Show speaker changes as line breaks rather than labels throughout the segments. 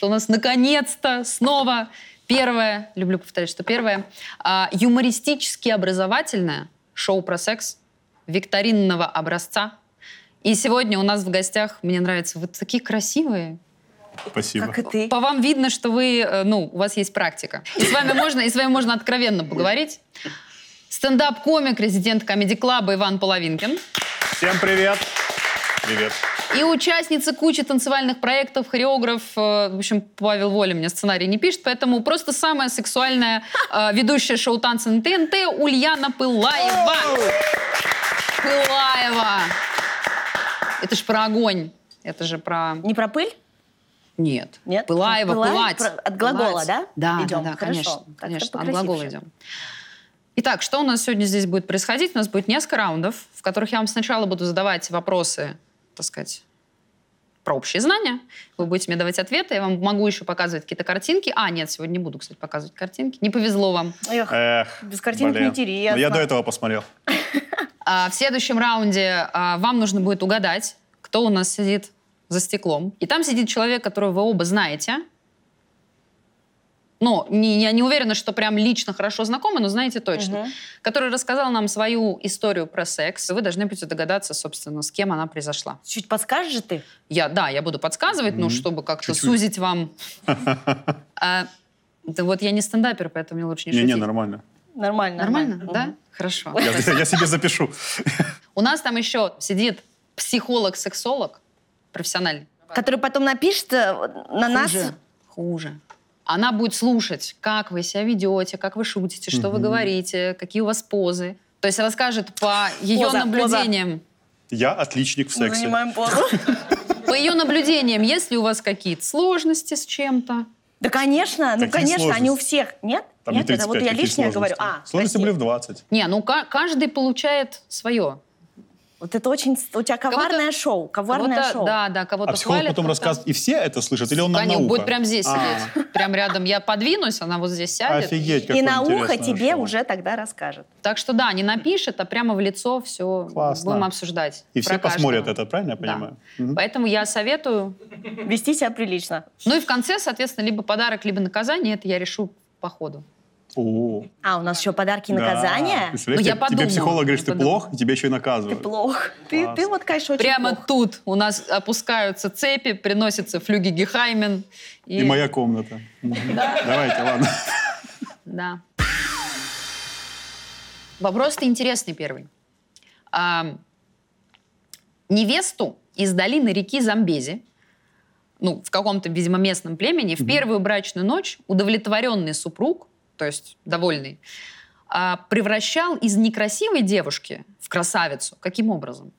У нас наконец-то снова первое, люблю повторять, что первое, а, юмористически образовательное шоу про секс викторинного образца. И сегодня у нас в гостях, мне нравится, вы такие красивые.
Спасибо.
Как и ты.
По вам видно, что вы, э, ну, у вас есть практика. И с вами можно, и с вами можно откровенно поговорить. Стендап-комик, резидент комеди-клаба Иван Половинкин.
Всем привет. Привет.
И участница кучи танцевальных проектов, хореограф, э, в общем, Павел Воля мне сценарий не пишет, поэтому просто самая сексуальная э, ведущая шоу танца на ТНТ Ульяна Пылаева. Пылаева. Это ж про огонь. Это же про...
Не про пыль?
Нет.
Нет?
Пылаева,
Пылаев,
пылать.
про- от глагола,
Пылать.
да?
Да,
Идем.
да, да,
Хорошо.
конечно.
Как-то
Конечно, от
покрасивше.
глагола идем. Итак, что у нас сегодня здесь будет происходить? У нас будет несколько раундов, в которых я вам сначала буду задавать вопросы, так сказать, про общие знания. Вы будете мне давать ответы. Я вам могу еще показывать какие-то картинки. А, нет, сегодня не буду, кстати, показывать картинки. Не повезло вам.
Эх,
Эх,
Без картинок
Э, блин.
неинтересно.
Ну, Я до этого посмотрел.
А, в следующем раунде а, вам нужно будет угадать, кто у нас сидит за стеклом. И там сидит человек, которого вы оба знаете. Ну, не, я не уверена, что прям лично хорошо знакомы, но знаете точно.
Мгм.
Который рассказал нам свою историю про секс. И Вы должны будете догадаться, собственно, с кем она произошла.
Чуть подскажешь же ты?
Я, да, я буду подсказывать, ну,
Мгм.
чтобы как-то
Чуть-чуть.
сузить вам. А, да вот я не стендапер, поэтому мне лучше не
Не-не,
шутить.
нормально.
Нормально.
Нормально,
Мгм.
да? Хорошо.
Я, я себе запишу.
У нас там еще сидит психолог-сексолог профессиональный.
Который потом напишет э, на нас.
Хуже. Хуже. Она будет слушать, как вы себя ведете, как вы шутите, что вы
Мгм.
говорите, какие у вас позы. То есть расскажет по ее
Поза, поза.
наблюдениям.
Я отличник в
Мы
сексе.
занимаем позу.
По ее наблюдениям, есть ли у вас какие-то сложности с чем то
Да, конечно. Ну,
Какие
конечно, они у
сложности?
всех. Нет?
Там не
Нет,
35,
это вот я
какие
лишнее говорю.
сложности?
А,
Сложности
спасибо.
были в 20.
Не, ну ка- каждый получает свое.
Вот это очень... с- У тебя коварное шоу. Коварное шоу.
Да, да, кого-то
А психолог
хвалят,
потом
кого-то-
рассказывает, и все это слышат, или он нам на
Конечно,
ухо?
будет прям здесь
А,
сидеть. Прям рядом я подвинусь, она вот здесь сядет.
Офигеть,
И
какое
на ухо
интересное
тебе
шоу.
уже тогда расскажет.
Так что да, не напишет, а прямо в лицо все
Классно.
будем обсуждать.
И
про
все посмотрят
каждого.
это, правильно я
Да.
понимаю? Мгм.
Поэтому я советую.
Вести себя прилично.
Ну и в конце, соответственно, либо подарок, либо наказание. Это я решу по ходу.
О,
А, у нас еще подарки и
да.
наказания.
Представляешь,
Ну, я
тебе- тебе
подумала,
психолог говорит,
я
что ты
подумала.
плох, и тебя еще и
Ты
наказывают.
плох. Ты, ты
Класс.
вот, конечно, очень
Прямо
плох.
тут у нас опускаются цепи, приносятся флюги Гехаймен.
И моя комната. Мгм. Давайте, ладно.
Да. Вопрос-то интересный первый. А, невесту из долины реки Замбези, ну, в каком-то, видимо, местном племени, в первую брачную ночь удовлетворенный супруг, то есть довольный, а, превращал из некрасивой девушки в красавицу. Каким образом?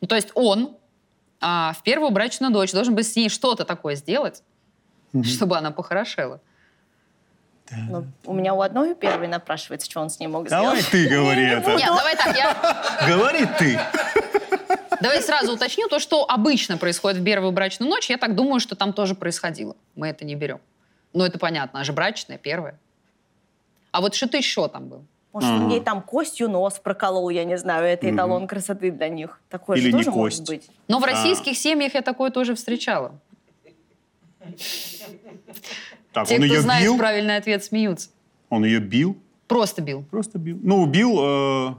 Ну, то есть он а, в первую брачную ночь должен был с ней что-то такое сделать,
Мгм.
чтобы она похорошела.
Ну, у меня у одной первый напрашивается, что он с ней мог
Давай
сделать.
ты говори это.
Нет, давай так, я
Говори ты.
Давай сразу уточню то, что обычно происходит в первую брачную ночь. Я так думаю, что там тоже происходило. Мы это не берем. Но это понятно, она же брачная, первая. А вот что-то еще там было.
Может, он
Мгм.
ей там костью нос проколол, я не знаю, это
Мгм.
эталон красоты для них. Такое
Или
же
не
тоже
кость.
может быть.
Но в
А.
российских семьях я такое тоже встречала.
Так, А
Те,
он
кто
ее
знает
бил.
правильный ответ, смеются.
Он ее бил.
Просто бил.
Просто бил. Ну, убил, э,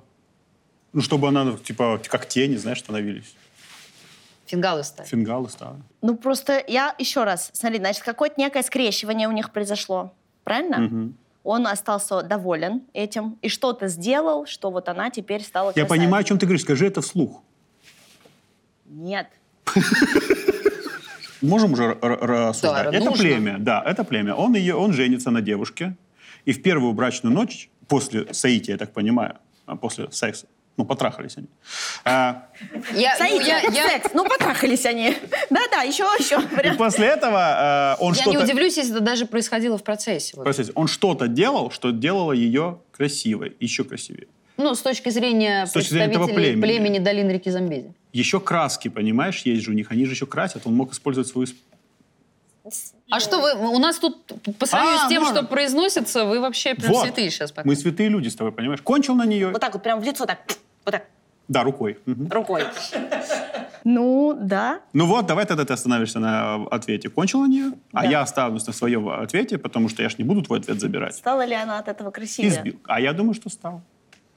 ну, чтобы она, ну, типа, как тени, знаешь, становились.
Фингалы ставят.
Фингалы стали.
Ну, просто я еще раз, смотри, значит, какое-то некое скрещивание у них произошло. Правильно?
Мгм.
Он остался доволен этим и что-то сделал, что вот она теперь стала
Я
красавицей.
понимаю, о чем ты говоришь. Скажи это вслух.
Нет.
Можем уже р- р- рассуждать.
Да,
это
нужно.
племя, да, это племя. Он, ее, он женится на девушке. И в первую брачную ночь, после соития, я так понимаю, а, после секса, ну, потрахались они. а,
Я, ну,
Смотрите,
я- я-
секс, ну, потрахались они. Да-да, еще, еще.
и после этого э, он
я не
что-то...
удивлюсь, если это даже происходило в процессе. вот.
Простите, он что-то делал, что делало ее красивой, еще красивее.
Ну, с точки зрения
С точки зрения этого
представителей
племени.
племени долины реки Замбези.
Еще краски, понимаешь, есть же у них, они же еще красят. Он мог использовать свою... сп-
А что вы... У нас тут по сравнению
А,
с тем,
можно.
что произносится, вы вообще прям
Вот.
святые сейчас пока.
Мы святые люди с тобой, понимаешь? Кончил на нее.
Вот так вот, прям в лицо так. Вот так.
Да, рукой. Мгм.
Рукой.
Ну, да.
Ну вот, давай тогда ты остановишься на э, ответе. Кончила нее, а
Да.
я останусь на своем ответе, потому что я ж не буду твой ответ забирать.
Стала ли она от этого красивее?
Ты сбил. А я думаю, что стал.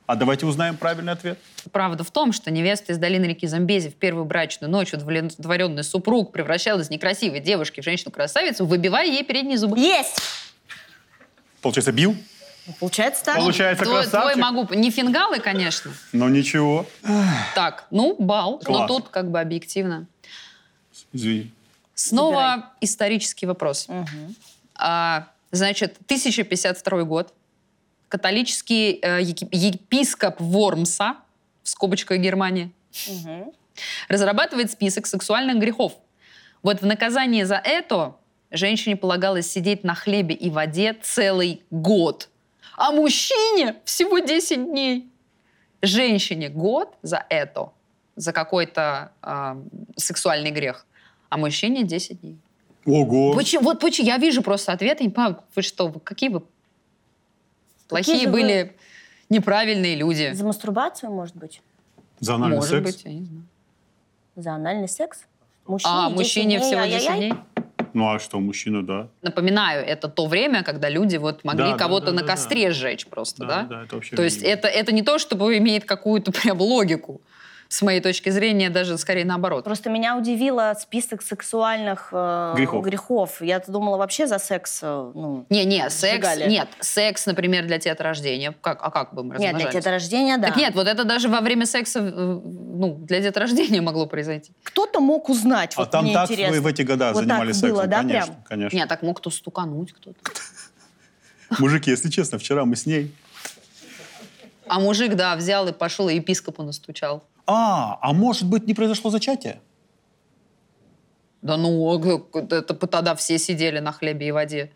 А давайте узнаем правильный ответ.
Правда в том, что невеста из долины реки Замбези в первую брачную ночь удовлетворенный супруг превращал из некрасивой девушки в женщину-красавицу, выбивая ей передние зубы.
Есть!
Получается, бил?
Ну, Получается так.
Получается,
Твой, твой
красавчик?
могу... Не фингалы, конечно.
Ну ничего.
Так, ну, бал. Но
Класс.
тут как бы объективно.
Извини.
Снова
Выбирай.
исторический вопрос.
Мгм.
А, значит, 1052 год. Католический э, еки- епископ Вормса, в скобочках Германии,
Мгм.
разрабатывает список сексуальных грехов. Вот в наказание за это женщине полагалось сидеть на хлебе и воде целый год, а мужчине всего 10 дней. Женщине год за это, за какой-то а, сексуальный грех, а мужчине 10 дней.
Ого.
Почему, вот почему, я вижу просто ответы, не понимаю, вы что, вы- какие вы плохие
же вы-
были неправильные люди.
За мастурбацию, может быть?
За анальный
Может
секс?
быть, я не знаю.
За анальный секс? Мужчине
А,
10
мужчине
дней,
всего 10
ай-яй-яй.
дней?
Ну а что, мужчина, да.
Напоминаю, это то время, когда люди вот могли
Да, да,
кого-то
да,
на
да,
костре
да.
сжечь просто,
Да,
да?
да, это вообще
То есть
минимум.
это, это не то, чтобы имеет какую-то прям логику. С моей точки зрения, даже скорее наоборот.
Просто меня удивило список сексуальных э,
Грехов.
Я думала вообще за секс, э, ну...
Не, не, секс,
Сжигали.
нет, секс, например, для деторождения. Как, а как бы мы
Нет, для
размножались?
деторождения, да.
Так нет, вот это даже во время секса, э, ну, для деторождения могло произойти.
Кто-то мог узнать,
А
вот
там
мне
так
интересно.
вы в эти года
Вот так
занимались сексом,
было, да,
конечно,
прям?
конечно.
Нет, а так мог кто стукануть кто-то.
Мужики, если честно, вчера мы с ней.
А мужик, да, взял и пошел и епископу настучал.
А, а может быть не произошло зачатие?
Да ну, это тогда все сидели на хлебе и воде.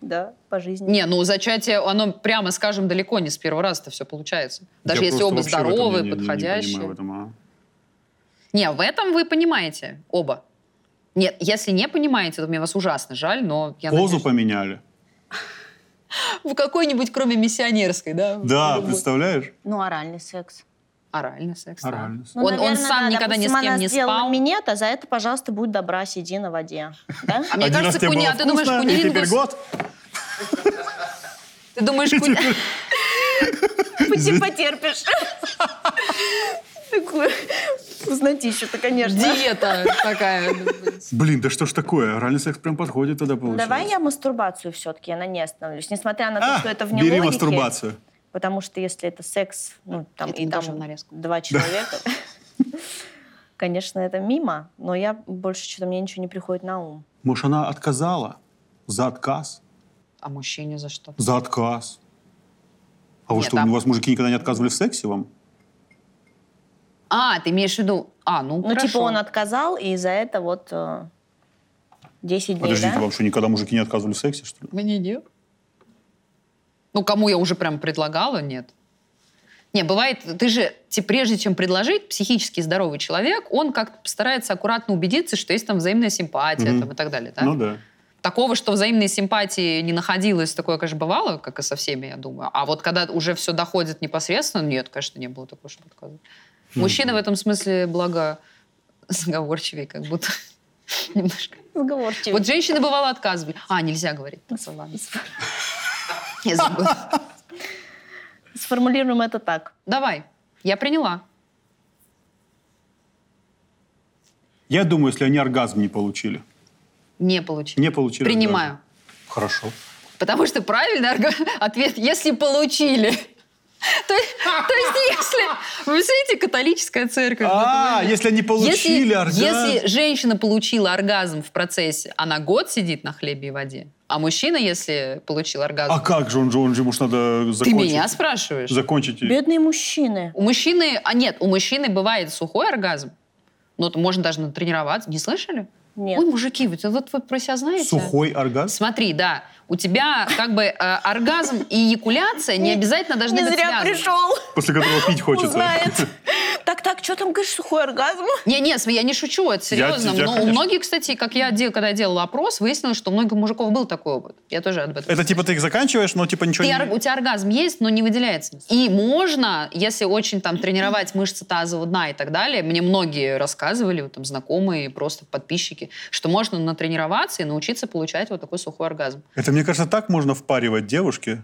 Да, по жизни.
Не, ну зачатие, оно, прямо скажем, далеко не с первого раза-то все получается. Даже
Я
если
просто
оба
вообще в этом не-
здоровые,
не- не
подходящие.
понимаю в этом, а.
не, в этом вы понимаете, оба. Нет, если не понимаете, то мне вас ужасно жаль, но я
Позу
надеюсь-
поменяли.
В какой-нибудь, кроме миссионерской, да?
Да,
Любой.
представляешь?
Ну, оральный секс.
Оральный секс, да.
Оральный секс.
Ну,
он, он
наверное,
сам
да,
никогда ни с
допустим,
кем
она
не
сделала
спал.
минет, а за это, пожалуйста, будь добра, сиди на воде. Да?
А мне
Один раз
кажется,
тебе
куни-
было
а ты думаешь,
вкусно, и теперь
кунилингус...
год?
Ты думаешь, куни-
Ты Типа, потерпишь. Такое узнатища-то, конечно.
диета такая.
Блин, да что ж такое? Оральный секс прям подходит тогда,
Ну,
получается.
Давай я мастурбацию все-таки, я на ней остановлюсь. Несмотря на то,
А,
что это вне
бери
логики,
мастурбацию.
Потому что если это секс, ну, там,
Это
и
мы
там
тоже в нарезку.
два человека, конечно, это мимо, но я больше что-то, мне ничего не приходит на ум.
Может, она отказала? За отказ?
А мужчине за что?
За отказ. А вы
Нет,
что,
там-
у вас мужики никогда не отказывали в сексе вам?
А, ты имеешь в виду... А, ну,
Ну,
хорошо.
типа он отказал, и за это вот э, 10 дней,
Подождите,
да?
вам что, никогда мужики не отказывали в сексе, что ли?
Мне нет. Ну, кому я уже прям предлагала, нет. Не, бывает, ты же, те- прежде чем предложить, психически здоровый человек, он как-то постарается аккуратно убедиться, что есть там взаимная симпатия
Мгм.
там, и так далее. Да?
Ну да.
Такого, что взаимной симпатии не находилось, такое, конечно, бывало, как и со всеми, я думаю. А вот когда уже все доходит непосредственно, нет, конечно, не было такого, чтобы отказывать. Мужчины в этом смысле, благо, заговорчивее как будто немножко.
Разговорчивый.
Вот женщины, бывало, отказывали. А, нельзя говорить. Ну, ладно.
Сф-
Я забыла.
Сформулируем это так.
Давай, я приняла.
Я думаю, если они оргазм не получили.
Не получила.
Не получили.
Принимаю.
оргазм. Хорошо.
Потому что правильный орга- ответ, если получили. То, есть- то есть, если... Вы видите, католическая церковь.
А, если они получили
Если,
оргазм.
если женщина получила оргазм в процессе, она год сидит на хлебе и воде, а мужчина, если получил оргазм...
А как же он же, он же, может, надо
ты
закончить.
меня спрашиваешь?
Закончить.
Бедные мужчины.
У мужчины... А нет, у мужчины бывает сухой оргазм. Ну, то можно даже натренироваться. Не слышали?
Нет.
Ой, мужики, вот, вот вы про себя знаете?
Сухой оргазм?
Смотри, да, у тебя как бы э, оргазм и эякуляция не обязательно должны
Не
быть
зря
связаны.
пришел.
После которого пить хочется.
Узнает. Так, так, что там, говоришь, сухой оргазм?
Не-не, см- я не шучу, это серьезно.
тебя,
но у
конечно.
многих, кстати, как я, де- когда я делала опрос, выяснилось, что у многих мужиков был такой опыт. Я тоже об этом
Это типа ты их заканчиваешь, но типа ничего
Ты
не...
орг- у тебя оргазм есть, но не выделяется. И можно, если очень там тренировать мышцы тазового дна и так далее, мне многие рассказывали, вот, там знакомые, просто подписчики, что можно натренироваться и научиться получать вот такой сухой оргазм.
Это, мне кажется, так можно впаривать девушке.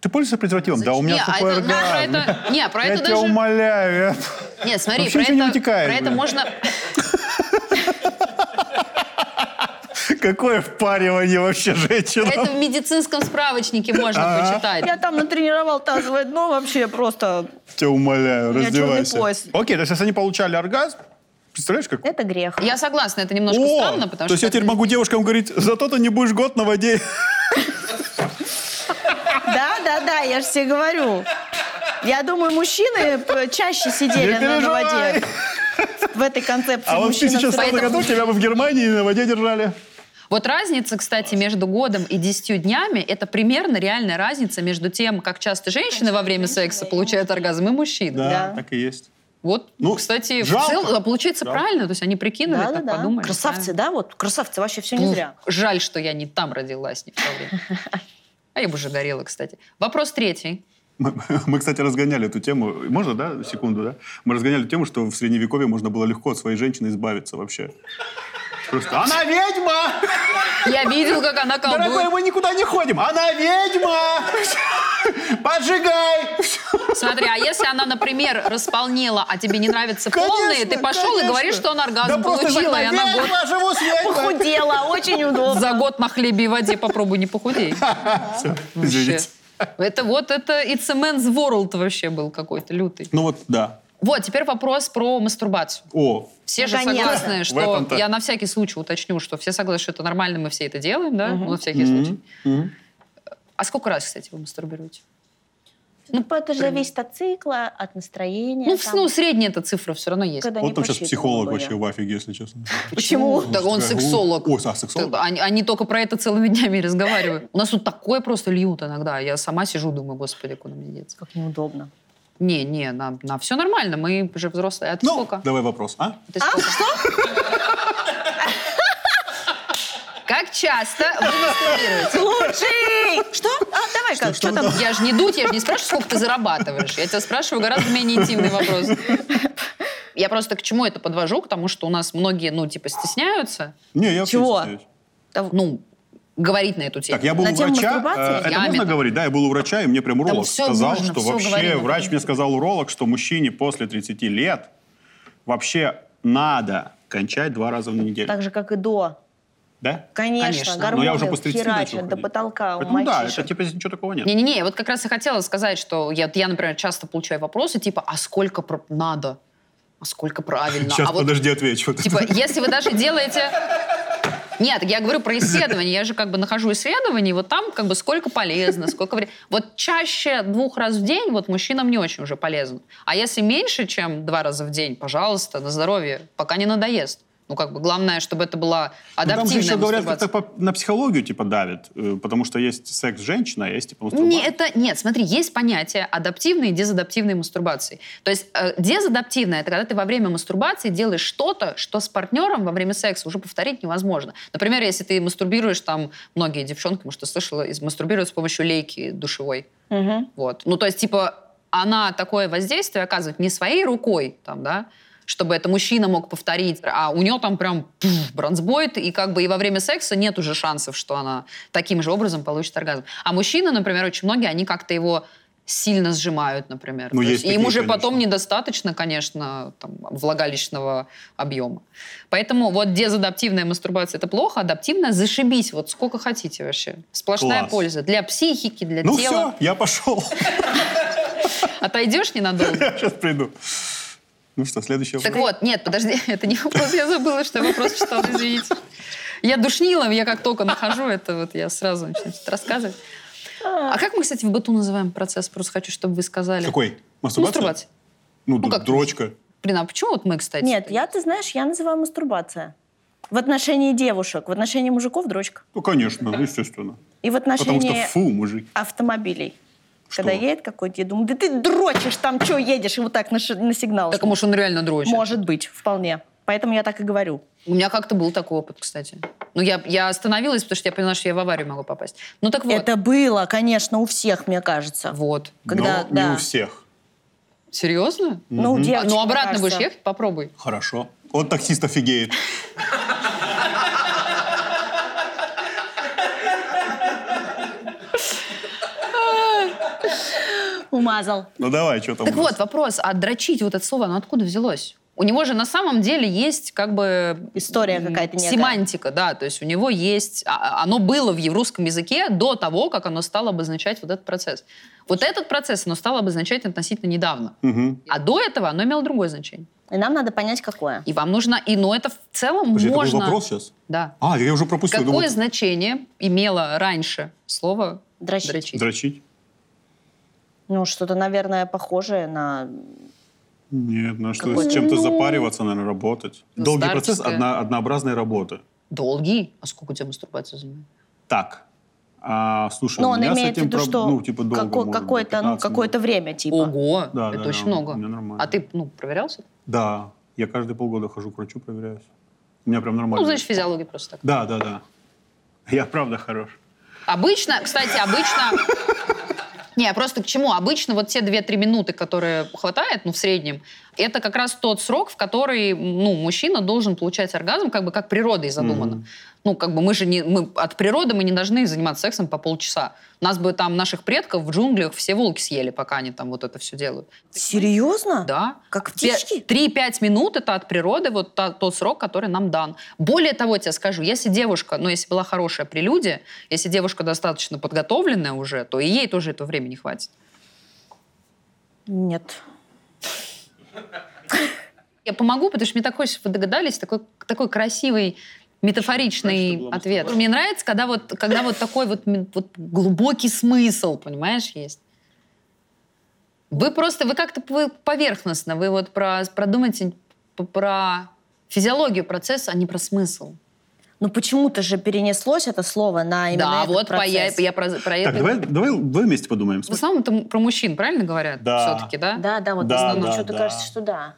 Ты пользуешься презервативом? Да, у меня
Не, а
сухой
это- ну, про
оргазм.
это- не, про
Я
это
тебя
даже...
умоляю.
Нет, смотри,
Вообще
про
ничего не
это,
утекает,
про это
блин.
можно...
Какое впаривание вообще
Это
женщинам?
в медицинском справочнике можно
Ага.
почитать.
Я там натренировал тазовое дно вообще просто...
Тебя умоляю,
У меня черный
раздевайся.
пояс.
Окей, то есть если они получали оргазм, представляешь, как...
Это грех.
Я согласна, это немножко
О,
странно, потому
то
что...
есть я
это-
теперь могу девушкам говорить, зато ты не будешь год на воде.
Да, да, да, я же тебе говорю. Я думаю, мужчины п- чаще сидели
Не
на, на
переживай.
воде в этой концепции.
А вот ты
мужчина
сейчас в
всё
том
равно-
году, тебя бы в Германии на воде держали.
Вот разница, кстати, между годом и 10 днями, это примерно реальная разница между тем, как часто женщины во время секса получают оргазм, и мужчины.
Да.
так и есть.
Вот,
Ну,
кстати, в
жалко.
целом, а получается
Жалко.
правильно, то есть они прикинули,
Да, да,
так
да.
подумали.
Красавцы,
да.
да, вот красавцы, вообще все не
Ух,
зря.
Жаль, что я не там родилась не в то время. А я бы уже горела, кстати. Вопрос третий.
Мы, мы, кстати, разгоняли эту тему. Можно, да, секунду, да? Мы разгоняли тему, что в Средневековье можно было легко от своей женщины избавиться вообще. Просто «Она ведьма!
Я видел, как она
Дорогой,
колдует.
мы никуда не ходим! Она ведьма! Поджигай!»
Смотри, а если она, например, располнела, а тебе не нравятся полные, ты
Конечно,
пошел и
конечно.
говоришь, что он
Да
оргазм
просто
получила,
жила
и она год-
ведьма, живу с ведьмой!
Похудела, очень удобно.
За год на хлебе и воде попробуй не похудей.
Всё,
Вообще.
извините.
Это вот, это It's a man's world вообще был какой-то лютый.
Ну вот, да.
Вот, теперь вопрос про мастурбацию.
О,
Все же
Конечно.
согласны,
В
что...
этом-то.
Я на всякий случай уточню, что все согласны, что это нормально, мы все это делаем, да? Ну, на всякий случай.
мгм.
А сколько раз, кстати, вы мастурбируете?
Ну, это же зависит от цикла, от настроения.
Ну, в-
там,
ну, средняя эта цифра все равно есть.
когда не
вот там сейчас
посчитано
психолог
было.
вообще в афиге, если честно.
Почему?
Так он сексолог.
Ой, а, сексолог?
Они, они только про это целыми днями и разговаривают. У нас тут такое просто льют иногда. Я сама сижу, думаю, господи, куда мне деться.
Как неудобно.
Не, не, на, все нормально, мы же взрослые. А ты
Ну,
сколько?
давай вопрос, а?
Ты сколько? Как часто вы мастурбируете?
Лучший! Что? А, давай, как, что там?
Я же не дуть, я же не спрашиваю, сколько ты зарабатываешь. Я тебя спрашиваю гораздо менее интимный вопрос. Я просто к чему это подвожу? К тому, что у нас многие, ну, типа, стесняются,
Не, я вообще не
Чего?
стесняюсь.
ну, говорить на эту тему.
Так, я был
На
у
тему
врача.
мастурбации?
э, Это
Я
можно
метод.
говорить? Да, я был у врача, и мне прям уролог
всё
сказал,
можно,
что
всё
вообще
говори, ну,
врач мне
конечно.
сказал уролог, что мужчине после 30 лет вообще надо кончать два раза в неделю.
Так же, как и до.
Да?
Конечно,
Конечно.
гормоны
Но я уже после 30
херачат
начал
до
ходить.
потолка у
Поэтому да,
мальчишек.
это типа здесь ничего такого нет.
Не-не-не, я вот как раз и хотела сказать, что я, вот я, например, часто получаю вопросы типа, а сколько про- надо? А сколько правильно?
Сейчас,
а вот,
подожди, отвечу.
типа, если вы даже делаете... Нет, я говорю про исследования. Я же как бы нахожу исследования, и вот там как бы сколько полезно, сколько времени. Вот чаще двух раз в день вот мужчинам не очень уже полезно. А если меньше, чем два раза в день, пожалуйста, на здоровье, пока не надоест. Ну, как бы главное, чтобы это была
Ну,
адаптивная
там же еще говорят,
мастурбация.
как-то по- на психологию типа давит, э, потому что есть секс женщина, а есть типа мастурбация.
Не, это нет, смотри, есть понятие адаптивной и дезадаптивной мастурбации. То есть э, дезадаптивная это когда ты во время мастурбации делаешь что-то, что с партнером во время секса уже повторить невозможно. Например, если ты мастурбируешь, там многие девчонки, может, ты слышала, из- мастурбируют с помощью лейки душевой.
Мгм.
Вот. Ну, то есть, типа, она такое воздействие оказывает не своей рукой, там, да, чтобы это мужчина мог повторить, а у нее там прям пф, бронзбойт, и как бы и во время секса нет уже шансов, что она таким же образом получит оргазм. А мужчины, например, очень многие, они как-то его сильно сжимают, например.
Ну,
То
есть
им
такие,
уже
конечно.
потом недостаточно, конечно, там, влагалищного объема. Поэтому вот дезадаптивная мастурбация это плохо, адаптивная зашибись, вот сколько хотите вообще. Сплошная
Класс.
польза для психики, для
ну
тела.
все, я пошел.
Отойдешь А ненадолго?
Я сейчас приду. Ну что, следующий
Так
вопрос.
вот, нет, подожди, это не вопрос, я забыла, что я вопрос читала, извините. Я душнила, я как только нахожу это, вот я сразу начинаю что-то рассказывать. А как мы, кстати, в быту называем процесс? Просто хочу, чтобы вы сказали.
Какой? Мастурбация?
Мастурбация.
Ну,
Ну,
д-
как ты
дрочка.
Блин, а почему вот мы, кстати?
Нет, я, ты знаешь, я называю мастурбация. В отношении девушек, в отношении мужиков дрочка.
Ну, конечно, естественно.
И в
Потому что
отношении
фу, мужик.
автомобилей. Когда едет какой-то, я думаю, да ты дрочишь там, что едешь, и вот так на, ши- на сигнал.
Так, может, он реально дрочит?
Может быть, вполне. Поэтому я так и говорю.
У меня как-то был такой опыт, кстати. Ну, я, я остановилась, потому что я поняла, что я в аварию могу попасть. Ну, так вот.
Это было, конечно, у всех, мне кажется.
Вот.
когда-
Но
да.
не у всех.
Серьезно?
Ну,
Мгм.
девочки,
ну,
мне
обратно
кажется.
будешь ехать? Попробуй.
Хорошо. Он таксист офигеет.
Умазал.
Ну давай, что там.
Так
у нас?
вот, вопрос, а дрочить вот это слово, оно откуда взялось? У него же на самом деле есть как бы...
История
м,
какая-то некая.
Семантика, да, то есть у него есть... а- а- Оно было в е- русском языке до того, как оно стало обозначать вот этот процесс. Вот этот процесс оно стало обозначать относительно недавно.
Мгм.
А до этого оно имело другое значение.
И нам надо понять, какое.
И вам нужно... И, но это в целом
Подожди, это
можно...
был вопрос сейчас?
Да.
А, я уже пропустил.
Какое
думал,
значение имело раньше слово
Дрочить.
дрочить?
Дрочить?
Ну, что-то, наверное, похожее на...
Нет, на что
Какое?
с чем-то
Ну,
запариваться, наверное, работать.
ну,
Долгий
старческое.
процесс одна, однообразной работы.
Долгий? А сколько у тебя мастурбация занимает?
Так. А, слушай, у
Но Ну, он
меня с
имеет в
этим
виду,
проб-
что
ну, типа, долго,
како-
может быть,
какое-то, ну,
15 минут.
какое-то время, типа.
Ого,
Да,
это
да,
очень
да,
много.
у меня нормально.
А ты, ну, проверялся?
Да, я каждые полгода хожу к врачу, проверяюсь. У меня прям нормально.
Ну, значит, физиология просто так.
Да, да, да. Я правда хорош.
Обычно, кстати, обычно... Не, я просто к чему? Обычно вот те 2-3 минуты, которые хватает, ну, в среднем, это как раз тот срок, в который, ну, мужчина должен получать оргазм, как бы как природой задумано.
Мгм.
Ну, как бы мы же не... Мы, от природы мы не должны заниматься сексом по полчаса. Нас бы там, наших предков в джунглях все волки съели, пока они там вот это все делают.
Серьезно?
Да.
Как
Пе-
птички?
3-5 минут это от природы вот та- тот срок, который нам дан. Более того, я тебе скажу, если девушка, ну, если была хорошая прелюдия, если девушка достаточно подготовленная уже, то и ей тоже этого времени хватит.
Нет.
Я помогу, потому что мне так хочется, вы догадались, такой, такой красивый метафоричный
Раньше это была
ответ. Мне нравится, когда вот, когда вот такой вот, ми- вот глубокий смысл, понимаешь, есть. Вы просто, вы как-то вы поверхностно, вы вот про, продумайте п- про физиологию процесса, а не про смысл.
Ну почему-то же перенеслось это слово на А именно
да,
этот
вот по- я,
процесс.
я про, про
Так,
это.
давай, давай вы вместе подумаем.
В основном это м- про мужчин, правильно говорят?
Да.
Все-таки, да?
Да, да, вот
Да,
в основном
да,
что-то
да.
кажется, что да.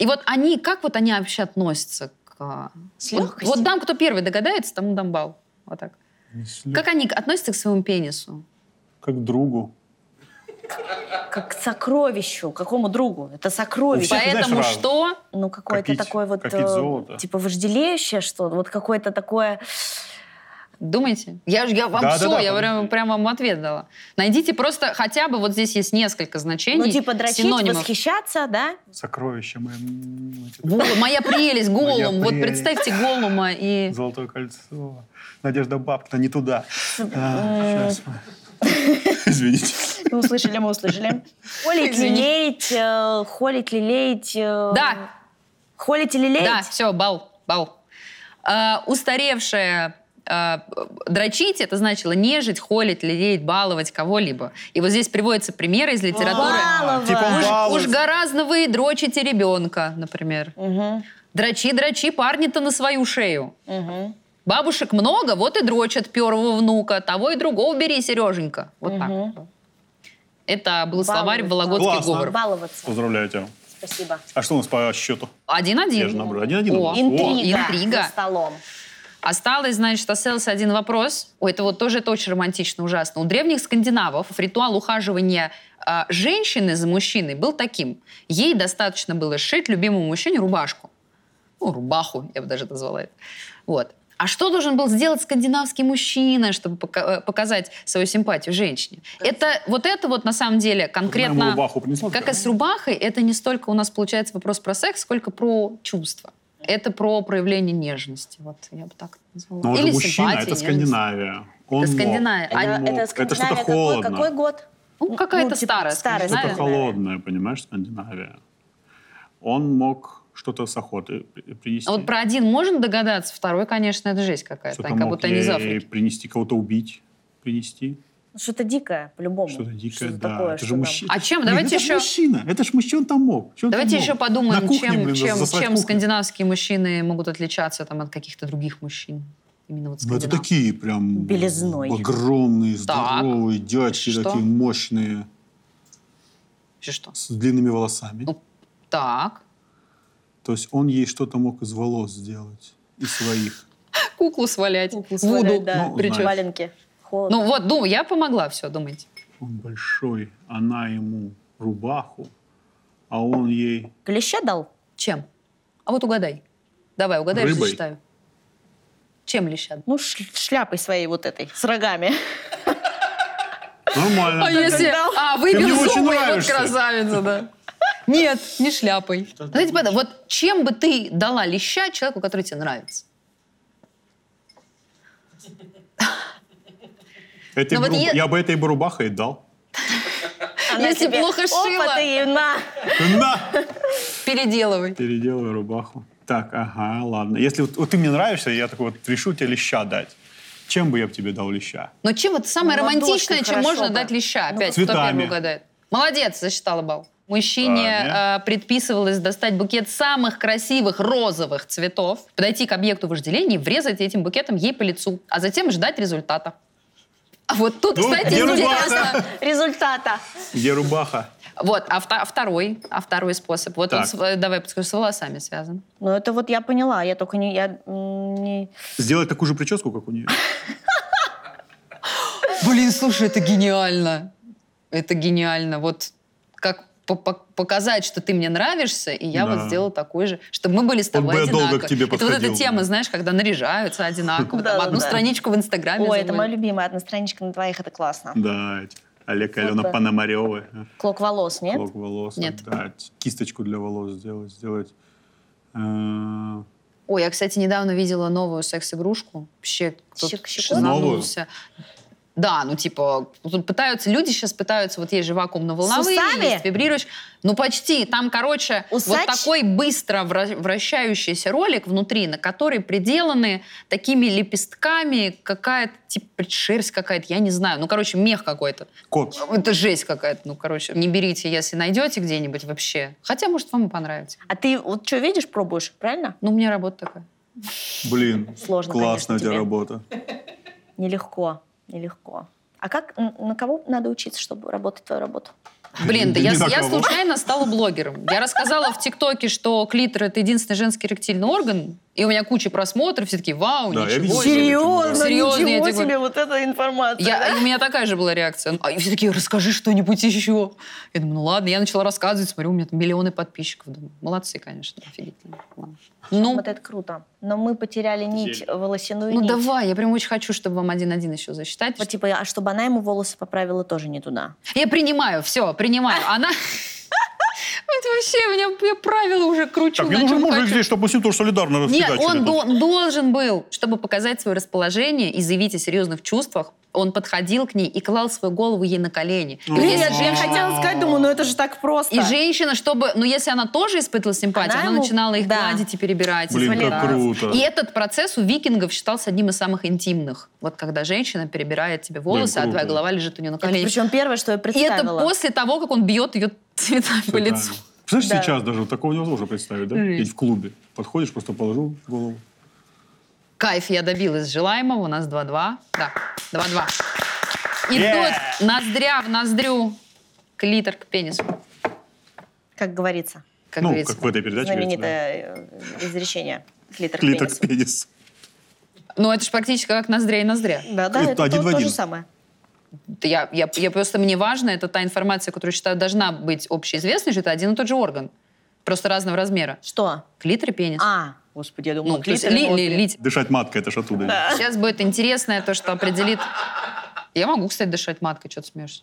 И вот они, как вот они вообще относятся к... э,
С
вот-
легкостью.
Вот дам, кто первый догадается, тому дам бал. Вот так. Как они относятся к своему пенису?
Как другу.
Как к сокровищу, к какому другу? Это сокровище.
Вообще, ты знаешь,
Поэтому
раз.
что?
Ну, какое-то
Копить,
такое вот...
копить
э,
золото.
Типа вожделеющее что-то, вот какое-то такое...
Думаете? Я, ж- я вам
Да,
все,
да, да,
я прям,
конечно.
прям вам ответ дала. Найдите просто хотя бы, вот здесь есть несколько значений,
Ну, типа дрочить,
синонимов.
восхищаться, да?
Сокровище мое. м, эти-
Во, моя прелесть, голум. Вот
прелесть.
представьте голума и...
Золотое кольцо. Надежда Бабкина не туда. А, щас мы. Извините.
Мы услышали, мы услышали. Холить,
Извини.
лелеять, э, холить, лелеять... э,
Да,
Холить и лелеять?
Да, все, бал, бал. А, устаревшая а, дрочить, это значило нежить, холить, лелеять, баловать кого-либо. И вот здесь приводятся примеры из литературы.
Баловать.
Типа он бал-
Уж гораздо вы дрочите ребенка, например.
Угу,
Мгм,
Дрочи, дрочи, парни-то на свою шею.
мгм.
Бабушек много, вот и дрочат первого внука. Того и другого бери, Сереженька. Вот так. Это был словарь
Баловать,
Вологодский
Классно.
говор.
Баловаться.
Поздравляю тебя.
Спасибо.
А что у нас по счету? Я же
Один-один.
набрал. Один-один.
О.
у нас.
Интрига.
О.
интрига.
За столом.
Осталось, значит, остался один вопрос. Ой, это вот тоже это очень романтично, ужасно. У древних скандинавов ритуал ухаживания а, женщины за мужчиной был таким. Ей достаточно было сшить любимому мужчине рубашку. Ну, рубаху, я бы даже назвала это. Вот. А что должен был сделать скандинавский мужчина, чтобы пока- э, показать свою симпатию женщине? Это вот это вот на самом
Она
деле
ему
конкретно...
рубаху принесла,
Как и
такая,
с рубахой, это не столько у нас получается вопрос про секс, сколько про чувства. Это про проявление нежности. Вот я бы так назвала.
Ну, это мужчина,
симпатии,
это
нежности.
Скандинавия. Он
Это
мог.
Скандинавия.
Он
А
мог.
Это, это
ну, Это
Скандинавия
что-то
какой,
холодно.
какой год?
Ну, какая-то
Ну, типа,
старая.
старая
Скандинавия.
Что-то
Скандинавия.
холодное, понимаешь, Скандинавия. Он мог что-то с охоты при- принести.
А вот про один можно догадаться, второй, конечно, это жесть какая-то.
Что-то
Они Как
мог
будто они из
ей
Африки.
принести, кого-то убить, принести.
Ну, Что-то дикое, по-любому.
Что-то дикое,
Что-то
да.
такое,
это
что
же
там.
мужчина.
А чем?
Блин,
Давайте
это ж
еще-
мужчина. Это ж мужчина там мог. Чё он там
Давайте
Ну, мог?
еще
На
подумаем,
кухне,
чем,
блин,
чем,
засрать
чем
кухню.
скандинавские мужчины могут отличаться там, от каких-то других мужчин. Именно вот
Ну, это
скандинав.
такие прям...
Белизной.
Огромные,
Так.
здоровые дядьки,
Что?
такие мощные,
Вообще что?
с длинными волосами.
Ну. Так.
То есть он ей что-то мог из волос сделать, из своих.
Куклу свалять.
Куклу
Вуду.
свалять, да.
Ну,
Причем-
знаешь.
Валенки. Холодно.
Ну вот, думаю, я помогла, все, думаете.
Он большой, она ему рубаху, а он ей...
Клеща дал?
Чем? А вот угадай. Давай, угадай,
Рыбой.
зачитаю. Чем леща?
Ну, ш- шляпой своей вот этой, с рогами.
Нормально.
А если...
дал.
А,
Ты
выбил
мне очень
зубы, и вот
нравишься.
красавица, да. Нет, не шляпой.
Что ты
Знаете, правда, вот чем бы ты дала леща человеку, который тебе нравится?
Этой
Ну, вот
бру-
е-
Я бы этой бы рубахой дал.
Она
Если
тебе,
плохо шила.
Опа, ты ей на.
На!
Переделывай.
Переделываю рубаху. Так, ага, ладно. Если вот, вот ты мне нравишься, я такой вот решу тебе леща дать. Чем бы я бы тебе дал леща?
Но чем вот самое
Ну,
романтичное,
ладошкой
чем
хорошо
можно
бы.
дать леща?
Ну,
Опять, кто
Цветами.
первый угадает? Молодец, засчитала балл. Мужчине
Ладно.
э, предписывалось достать букет самых красивых розовых цветов, подойти к объекту вожделения и врезать этим букетом ей по лицу, а затем ждать результата. А вот тут,
Ну,
кстати,
где рубаха?
интересно.
Результата.
Где рубаха?
Вот, а, вта- второй, а второй способ. Вот он,
Так.
с- э, давай подскажу, с волосами связан.
Ну, это вот я поняла, я только не... Я, м, не...
Сделать такую же прическу, как у нее.
Блин, слушай, это гениально. Это гениально. Вот как по- по- показать, что ты мне нравишься, и я
Да.
вот сделала такой же, чтобы мы были с
Вот
тобой
бы я долго
одинаковы.
к тебе
это вот эта
подходил,
тема,
да.
знаешь, когда наряжаются одинаково, там,
Да-да-да.
одну страничку в Инстаграме.
Ой, это
заводят.
моя любимая одна страничка на двоих, это классно.
Да, эти Олег и
Вот
Алена
так.
Пономаревы.
Клок волос, нет?
Клок волос
Нет.
отдать, Кисточку для волос сделать. Сделать... э,
Ой, я, кстати, недавно видела новую секс-игрушку. Вообще, кто-то
Щек- щекотку?
шизанулся. Да, ну типа, тут пытаются, люди сейчас пытаются, вот есть же вакуумно-волновые,
С усами?
есть вибрирующие. Ну почти, там, короче, вот
Усач?
такой быстро вра- вращающийся ролик внутри, на который приделаны такими лепестками какая-то, типа, шерсть какая-то, я не знаю, ну, короче, мех какой-то.
Кот.
Это жесть какая-то, ну, короче, не берите, если найдете где-нибудь вообще. Хотя, может, вам и понравится.
А ты вот что видишь, пробуешь, правильно?
Ну, у меня работа такая.
Блин,
Сложно, конечно,
классная у тебя
тебе.
работа.
Нелегко, нелегко. А как, н- на кого надо учиться, чтобы работать твою работу?
Блин, да
Ни
я,
на
я
кого.
случайно стала блогером. Я рассказала в ТикТоке, что клитор это единственный женский ректильный орган, и у меня куча просмотров, все таки вау,
Да, я видел.
ничего себе».
Серьезно?
Серьезно, я
Ничего
тебе
себе вот эта информация.
Я-
да?
у меня такая же была реакция. А и все такие, расскажи что-нибудь еще. Я думаю, ну ладно, я начала рассказывать, смотрю, у меня там миллионы подписчиков. Думаю, молодцы, конечно, офигительно. Ладно. Ну,
Вот это круто. Но мы потеряли нить,
Зелень.
волосяную
ну
нить.
давай, я прям очень хочу, чтобы вам один-один еще засчитать.
Вот типа, а чтобы она ему волосы поправила, тоже не туда.
Я принимаю, все, принимаю. Она... Вот вообще, у меня я правила уже кручу.
Так,
на
я нужен
чем
мужик
хочу.
здесь, чтобы пусть тоже солидарно
Нет,
расфигачили.
он
тут.
до- должен был, чтобы показать свое расположение и заявить о серьезных чувствах, он подходил к ней и клал свою голову ей на колени. И
Ну,
если
я- я
женщина-
хотела сказать, думаю, ну
это же так просто.
И женщина, чтобы, ну если она тоже испытывала симпатию,
Она
она,
ему-
начинала их
да.
гладить и перебирать. и
Блин, как
сбивать.
круто.
И этот процесс у викингов считался одним из самых интимных. Вот когда женщина перебирает тебе волосы, а
круто.
твоя голова лежит у нее на коленях.
Причем первое, что я
И это
представила.
после того, как он бьет ее цветами по
Цветами.
лицу.
Представляешь,
Да.
сейчас даже вот такого невозможно представить, да?
Жесть.
Ведь в клубе. Подходишь, просто положил голову.
Кайф, я добилась желаемого. У нас 2-2. Да, 2-2. И
Yeah.
тут ноздря в ноздрю, клитор к пенису,
Как говорится,
как
ну,
говорится.
как в этой передаче. говорится, да.
знаменитое э, изречение. Клитор к
Клитор
пенису.
к пенису.
Ну, это же практически как ноздря и ноздря.
Да, да,
Это
это
один
то,
в
то
один.
же самое.
Да Я, я, я просто, мне важно, это та информация, которую, считаю, должна быть общеизвестной, что это один и тот же орган, просто разного размера.
Что?
Клитор и пенис.
А, господи, я думала,
ну, то есть
клитор.
ли-
но-
ли- лить.
Дышать маткой, это ж оттуда.
Да.
Сейчас будет интересное то, что определит... Я могу, кстати, дышать маткой, что ты смеешься?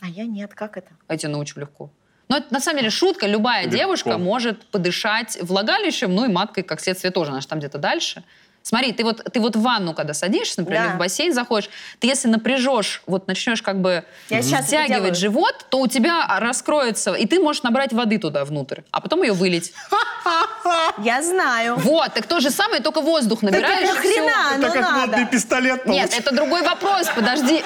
А я нет, как это?
Я тебя научу ну, легко. Но это на самом деле шутка. Любая
Легко.
девушка может подышать влагалищем, ну и маткой, как следствие, тоже. Она же там где-то дальше. Смотри, ты вот, ты вот в ванну, когда садишься, например,
Да.
в бассейн заходишь, ты если напряжешь, вот начнешь как бы
Я сейчас это делаю.
стягивать живот, то у тебя раскроется, и ты можешь набрать воды туда внутрь, а потом ее вылить.
Я знаю.
Вот, так то же самое, только воздух
Так
набираешь.
это
и всё.
хрена,
Это
ну
как модный
надо.
пистолет
Нет,
получ-
это другой вопрос, подожди.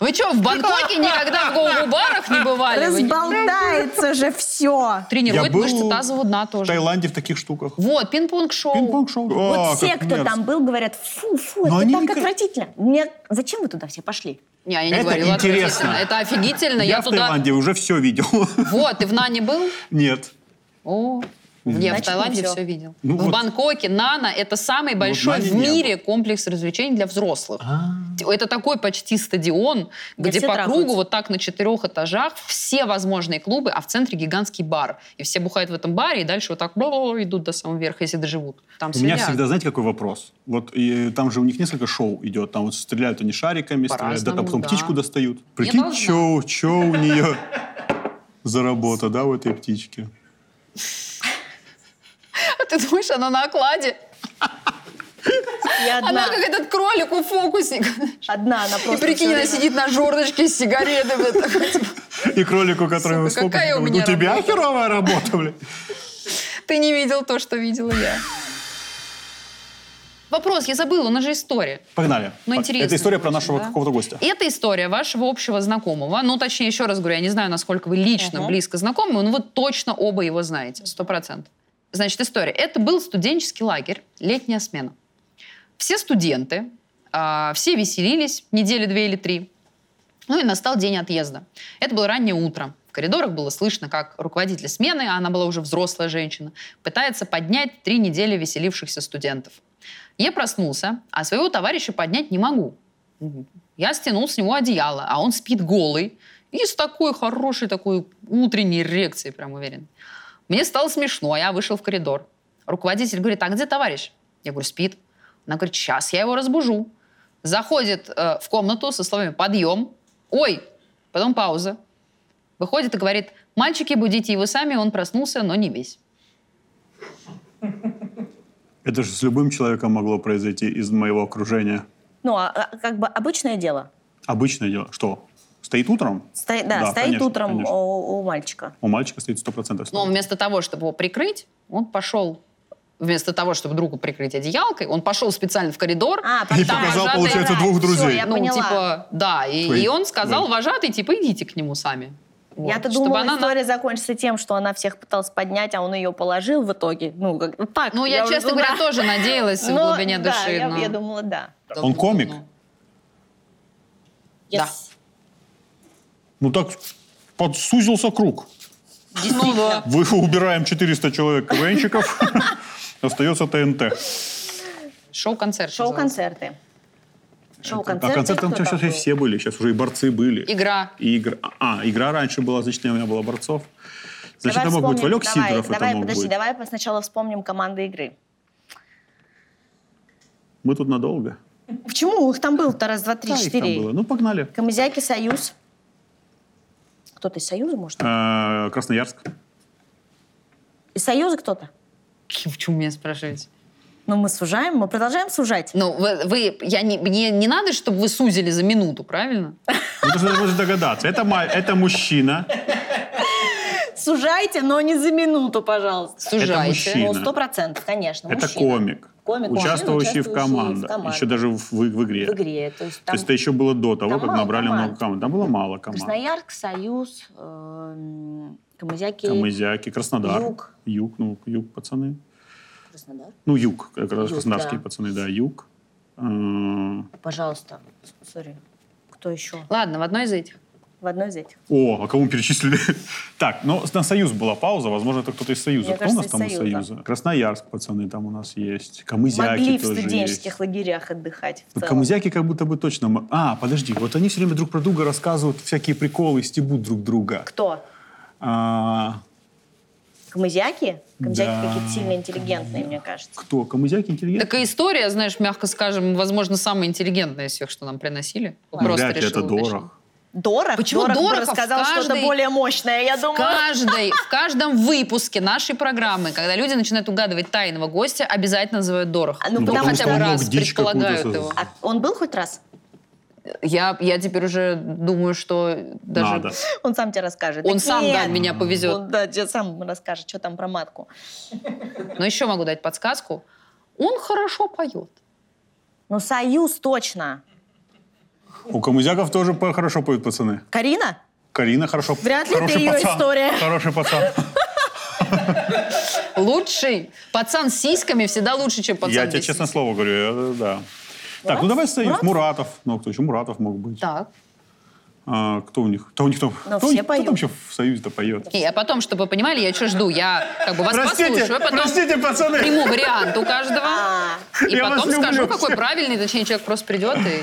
Вы что, в Бангкоке никогда в гоу-барах не бывали? Вы не-
Разболтается же все.
Тренирует
был
мышцы тазового дна
В
тоже. Ну,
Таиланде в таких штуках.
Вот, пинг-понг-шоу.
Пинг-понг-шоу.
Вот
А,
все,
как
кто
мерзко.
там был, говорят, фу, фу,
Но
это
они
так
не ка-
отвратительно. Мне- Зачем вы туда все пошли?
Не, я не
Это
говорила
интересно.
отвратительно. Это офигительно.
Я,
Я,
в
туда...
Таиланде уже все видел.
Вот, ты в Нане был?
Нет.
О, я в
Значит,
Таиланде
не всё.
все, видел.
Ну
в
вот.
Бангкоке Нана это самый большой
Нане
в
не А.
мире комплекс развлечений для взрослых. Это такой почти стадион,
Где
где
все
по кругу
трахаются.
вот так на четырех этажах все возможные клубы, а в центре гигантский бар. И все бухают в этом баре, и дальше вот так бла-бла-бла идут до самого верха, если доживут. Там
У меня
следят.
всегда, знаете, какой вопрос? Вот и, там же у них несколько шоу идет. Там вот стреляют они шариками, стреляют, да там
По-разному,
потом
да.
птичку достают. Прикинь,
должна.
чё, чё у нее за работа, да, у этой птички?
А Ты думаешь, она на окладе?
Я
Она
одна.
как этот кролик у фокусника.
Одна, она
И
просто...
прикинь,
всё
она
время-
сидит на жердочке с сигаретой. вот так вот.
И кролику, который
Сука,
его сколько...
какая у
у
меня
тебя
работа?» Ну,
херовая работа, блин.
Ты не видел то, что видела я. Вопрос, я забыла, у нас же история.
Погнали.
Ну, интересно.
Это история про
очень,
нашего
да.
какого-то гостя.
Это история вашего общего знакомого. Ну, точнее, еще раз говорю, я не знаю, насколько вы лично
Ага.
близко знакомы, но вы точно оба его знаете, сто процентов. Значит, история. Это был студенческий лагерь, летняя смена. Все студенты, а, все веселились недели две или три. Ну и настал день отъезда. Это было раннее утро. В коридорах было слышно, как руководитель смены, а она была уже взрослая женщина, пытается поднять три недели веселившихся студентов. Я проснулся, а своего товарища поднять не могу. Я стянул с него одеяло, а он спит голый и с такой хорошей такой утренней эрекцией, прям уверен. Мне стало смешно, а я вышел в коридор. Руководитель говорит, а где товарищ? Я говорю, спит. Она говорит, сейчас я его разбужу. Заходит э, в комнату со словами «подъем», «ой», потом пауза. Выходит и говорит, мальчики, будите его сами, он проснулся, но не весь.
Это же с любым человеком могло произойти из моего окружения.
Ну, а- а как бы обычное дело.
Обычное дело. Что? Стоит утром?
Стоит, да,
Да,
стоит
конечно,
утром
конечно.
У, у мальчика.
У мальчика стоит 100%.
Но он вместо того, чтобы его прикрыть, он пошел вместо того, чтобы другу прикрыть одеялалкой, он пошел специально в коридор.
А,
И
Да,
потом-
показал,
зато
получается,
я-
двух
всё,
друзей.
я
ну,
поняла.
типа, да, и,
Твои.
и он сказал,
Твои.
вожатый, типа, идите к нему сами. Вот,
Я-то
чтобы
думала,
она на-
история закончится тем, что она всех пыталась поднять, а он ее положил в итоге. Ну, как, ну, так.
Ну, я,
уже
честно
думала.
говоря, тоже надеялась в
Но,
глубине
да,
души.
я,
но-
я думала, да.
Он комик?
Да.
Ну так подсузился круг.
Ну, да.
Вы убираем 400 человек КВНщиков, остается ТНТ.
Шоу-концерт. называется.
Шоу-концерты. Шоу-концерты.
А концерт там
кто
сейчас
был?
все были, сейчас уже и борцы были.
Игра.
И игра. А, игра раньше была, значит, у меня было борцов. Значит,
Давай
это мог быть
вспомним.
Валек
Давай,
Сидоров, это
Давай,
мог
подожди,
быть.
давай по- сначала вспомним команды игры.
Мы тут надолго.
Почему их там было-то раз, два, три,
Да, их там
четыре?
было. Ну, погнали.
Камызяки, Союз. Кто-то из Союза, может?
Э, Красноярск.
Из Союза кто-то?
Почему меня спрашиваете?
Ну, мы сужаем, мы продолжаем сужать.
Ну, вы, вы- я не, мне не надо, чтобы вы сузили за минуту, правильно?
Вы должны должны догадаться. Это, ма- это мужчина.
Сужайте, но не за минуту, пожалуйста.
Сужайте.
мужчина.
Ну, сто процентов, конечно.
Это
мужчина.
комик.
Комик, мужчина,
участвующий в
участвующий в
командах.
командах.
Еще даже в, в- в игре.
В игре. То есть,
То
там
есть это еще было до того,
там
как
мало
набрали
команд.
много команд. Там было мало команд.
Красноярск, Союз, эм, Камызяки,
Камызяки, Краснодар.
Юг.
Юг, ну, юг, пацаны.
Краснодар.
Ну, юг, как раз
Юг,
краснодарские
да.
пацаны, да, юг. А, М,
Пожалуйста. Сори. Кто еще?
Ладно, в одной из этих.
В одной из этих.
О, а кому перечислили? Так, ну, на Союз была пауза, возможно, это кто-то из Союза.
Мне
Кто
кажется,
у нас
из
там из
Союза.
Союза? Красноярск, пацаны, там у нас есть. Камызяки
Могли в
тоже
студенческих
есть.
лагерях отдыхать в
Ну,
целом.
камузяки как будто бы точно... м- А, подожди, вот они все время друг про друга рассказывают всякие приколы и стебут друг друга.
Кто?
А,
Камызяки? Камызяки
Да.
какие-то сильно интеллигентные, мне кажется.
кто? Камузяки интеллигентные?
Такая история, знаешь, мягко скажем, возможно, самая интеллигентная из всех, что нам приносили.
Вряд ли Ну, это
решила уточнить.
дорог.
Дорох?
Почему
Дорох бы
Дорохов
рассказал что-то
каждый-
более мощное, я
В
думаю.
каждой, в каждом выпуске нашей программы, когда люди начинают угадывать тайного гостя, обязательно называют Дорох.
А, ну, Ну, потому
хотя
что
бы
он мог
раз
дичь какую-то
предполагают
создать.
его.
А он был хоть раз?
Я, я теперь уже думаю, что даже
Надо.
Он сам тебе расскажет.
он
Так
сам да,
нет.
меня повезет.
Он да, тебе сам расскажет, что там про матку.
Но еще могу дать подсказку. Он хорошо поет.
Ну, союз точно.
У камузяков тоже по- хорошо поют пацаны.
Карина?
Карина хорошо.
Вряд ли это
хороший
её
пацан.
история.
Хороший пацан.
Лучший. Пацан с сиськами всегда лучше, чем пацан
Я
без
тебе
сисек.
честное слово говорю, я- да. Так, ну давай союз. Муратов. Ну, кто еще? Муратов мог быть.
Так.
А, кто у них? Кто у них там?
Ну,
кто, у
все
них- кто
поют.
там еще в союзе-то поет?
И, а потом, чтобы вы понимали, я что жду, я как бы вас послушаю, а потом
пацаны.
приму вариант у каждого,
А,
и
Я вас
потом скажу,
люблю.
какой правильный, точнее, человек просто придет и...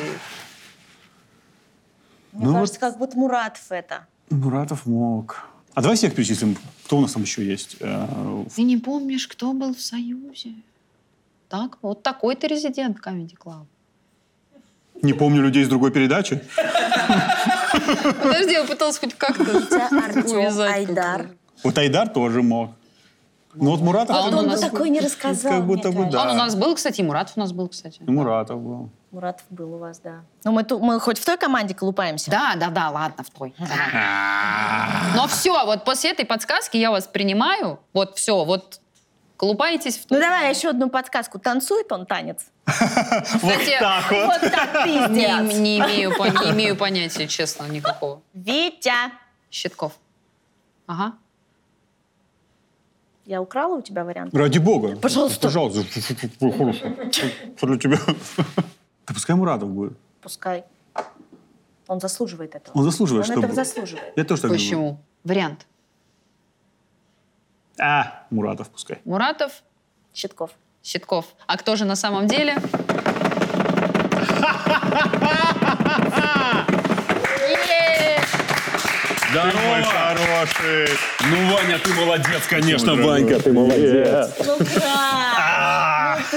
мне
Ну
кажется, как будто Муратов это.
Муратов мог. А давай всех перечислим. Кто у нас там еще есть? Э, в-
Ты не помнишь, кто был в Союзе? Так, вот такой ты резидент Comedy Club.
Не помню людей из другой передачи.
Подожди, я пыталась хоть как-то...
Тебя Артем
Увязать
Айдар.
как-то.
Вот Айдар тоже мог. Ну вот Муратов... это
А он
как
бы
будто-
такой не рассказал,
Как будто
мне
бы,
Он у
да.
нас был, кстати, и Мурат у нас был, кстати.
И Муратов был.
Муратов был у вас, да. Ну мы, ту- мы хоть в той команде колупаемся?
Да, да, да, ладно, в той. давай. Но все, вот после этой подсказки я вас принимаю. Вот все, вот колупаетесь в той.
Ну давай еще одну подсказку. Танцует он танец?
Кстати,
Вот так
не,
пиздец.
не имею, пон- не имею понятия, честно, никакого.
Витя,
Щитков. Ага.
я украла у тебя вариант?
Ради бога.
Пожалуйста.
Пожалуйста. Что для тебя? Да пускай Муратов будет.
Пускай. Он заслуживает этого.
Он заслуживает,
Он
чтобы-
этого заслуживает.
Я тоже так думаю.
Почему? Вариант.
А, Муратов пускай.
Муратов,
Щитков.
Щитков. А кто же на самом деле?
Ты мой хороший.
Ну, Ваня, ты молодец, конечно,
Ой,
Ванька, ты молодец.
Ну как?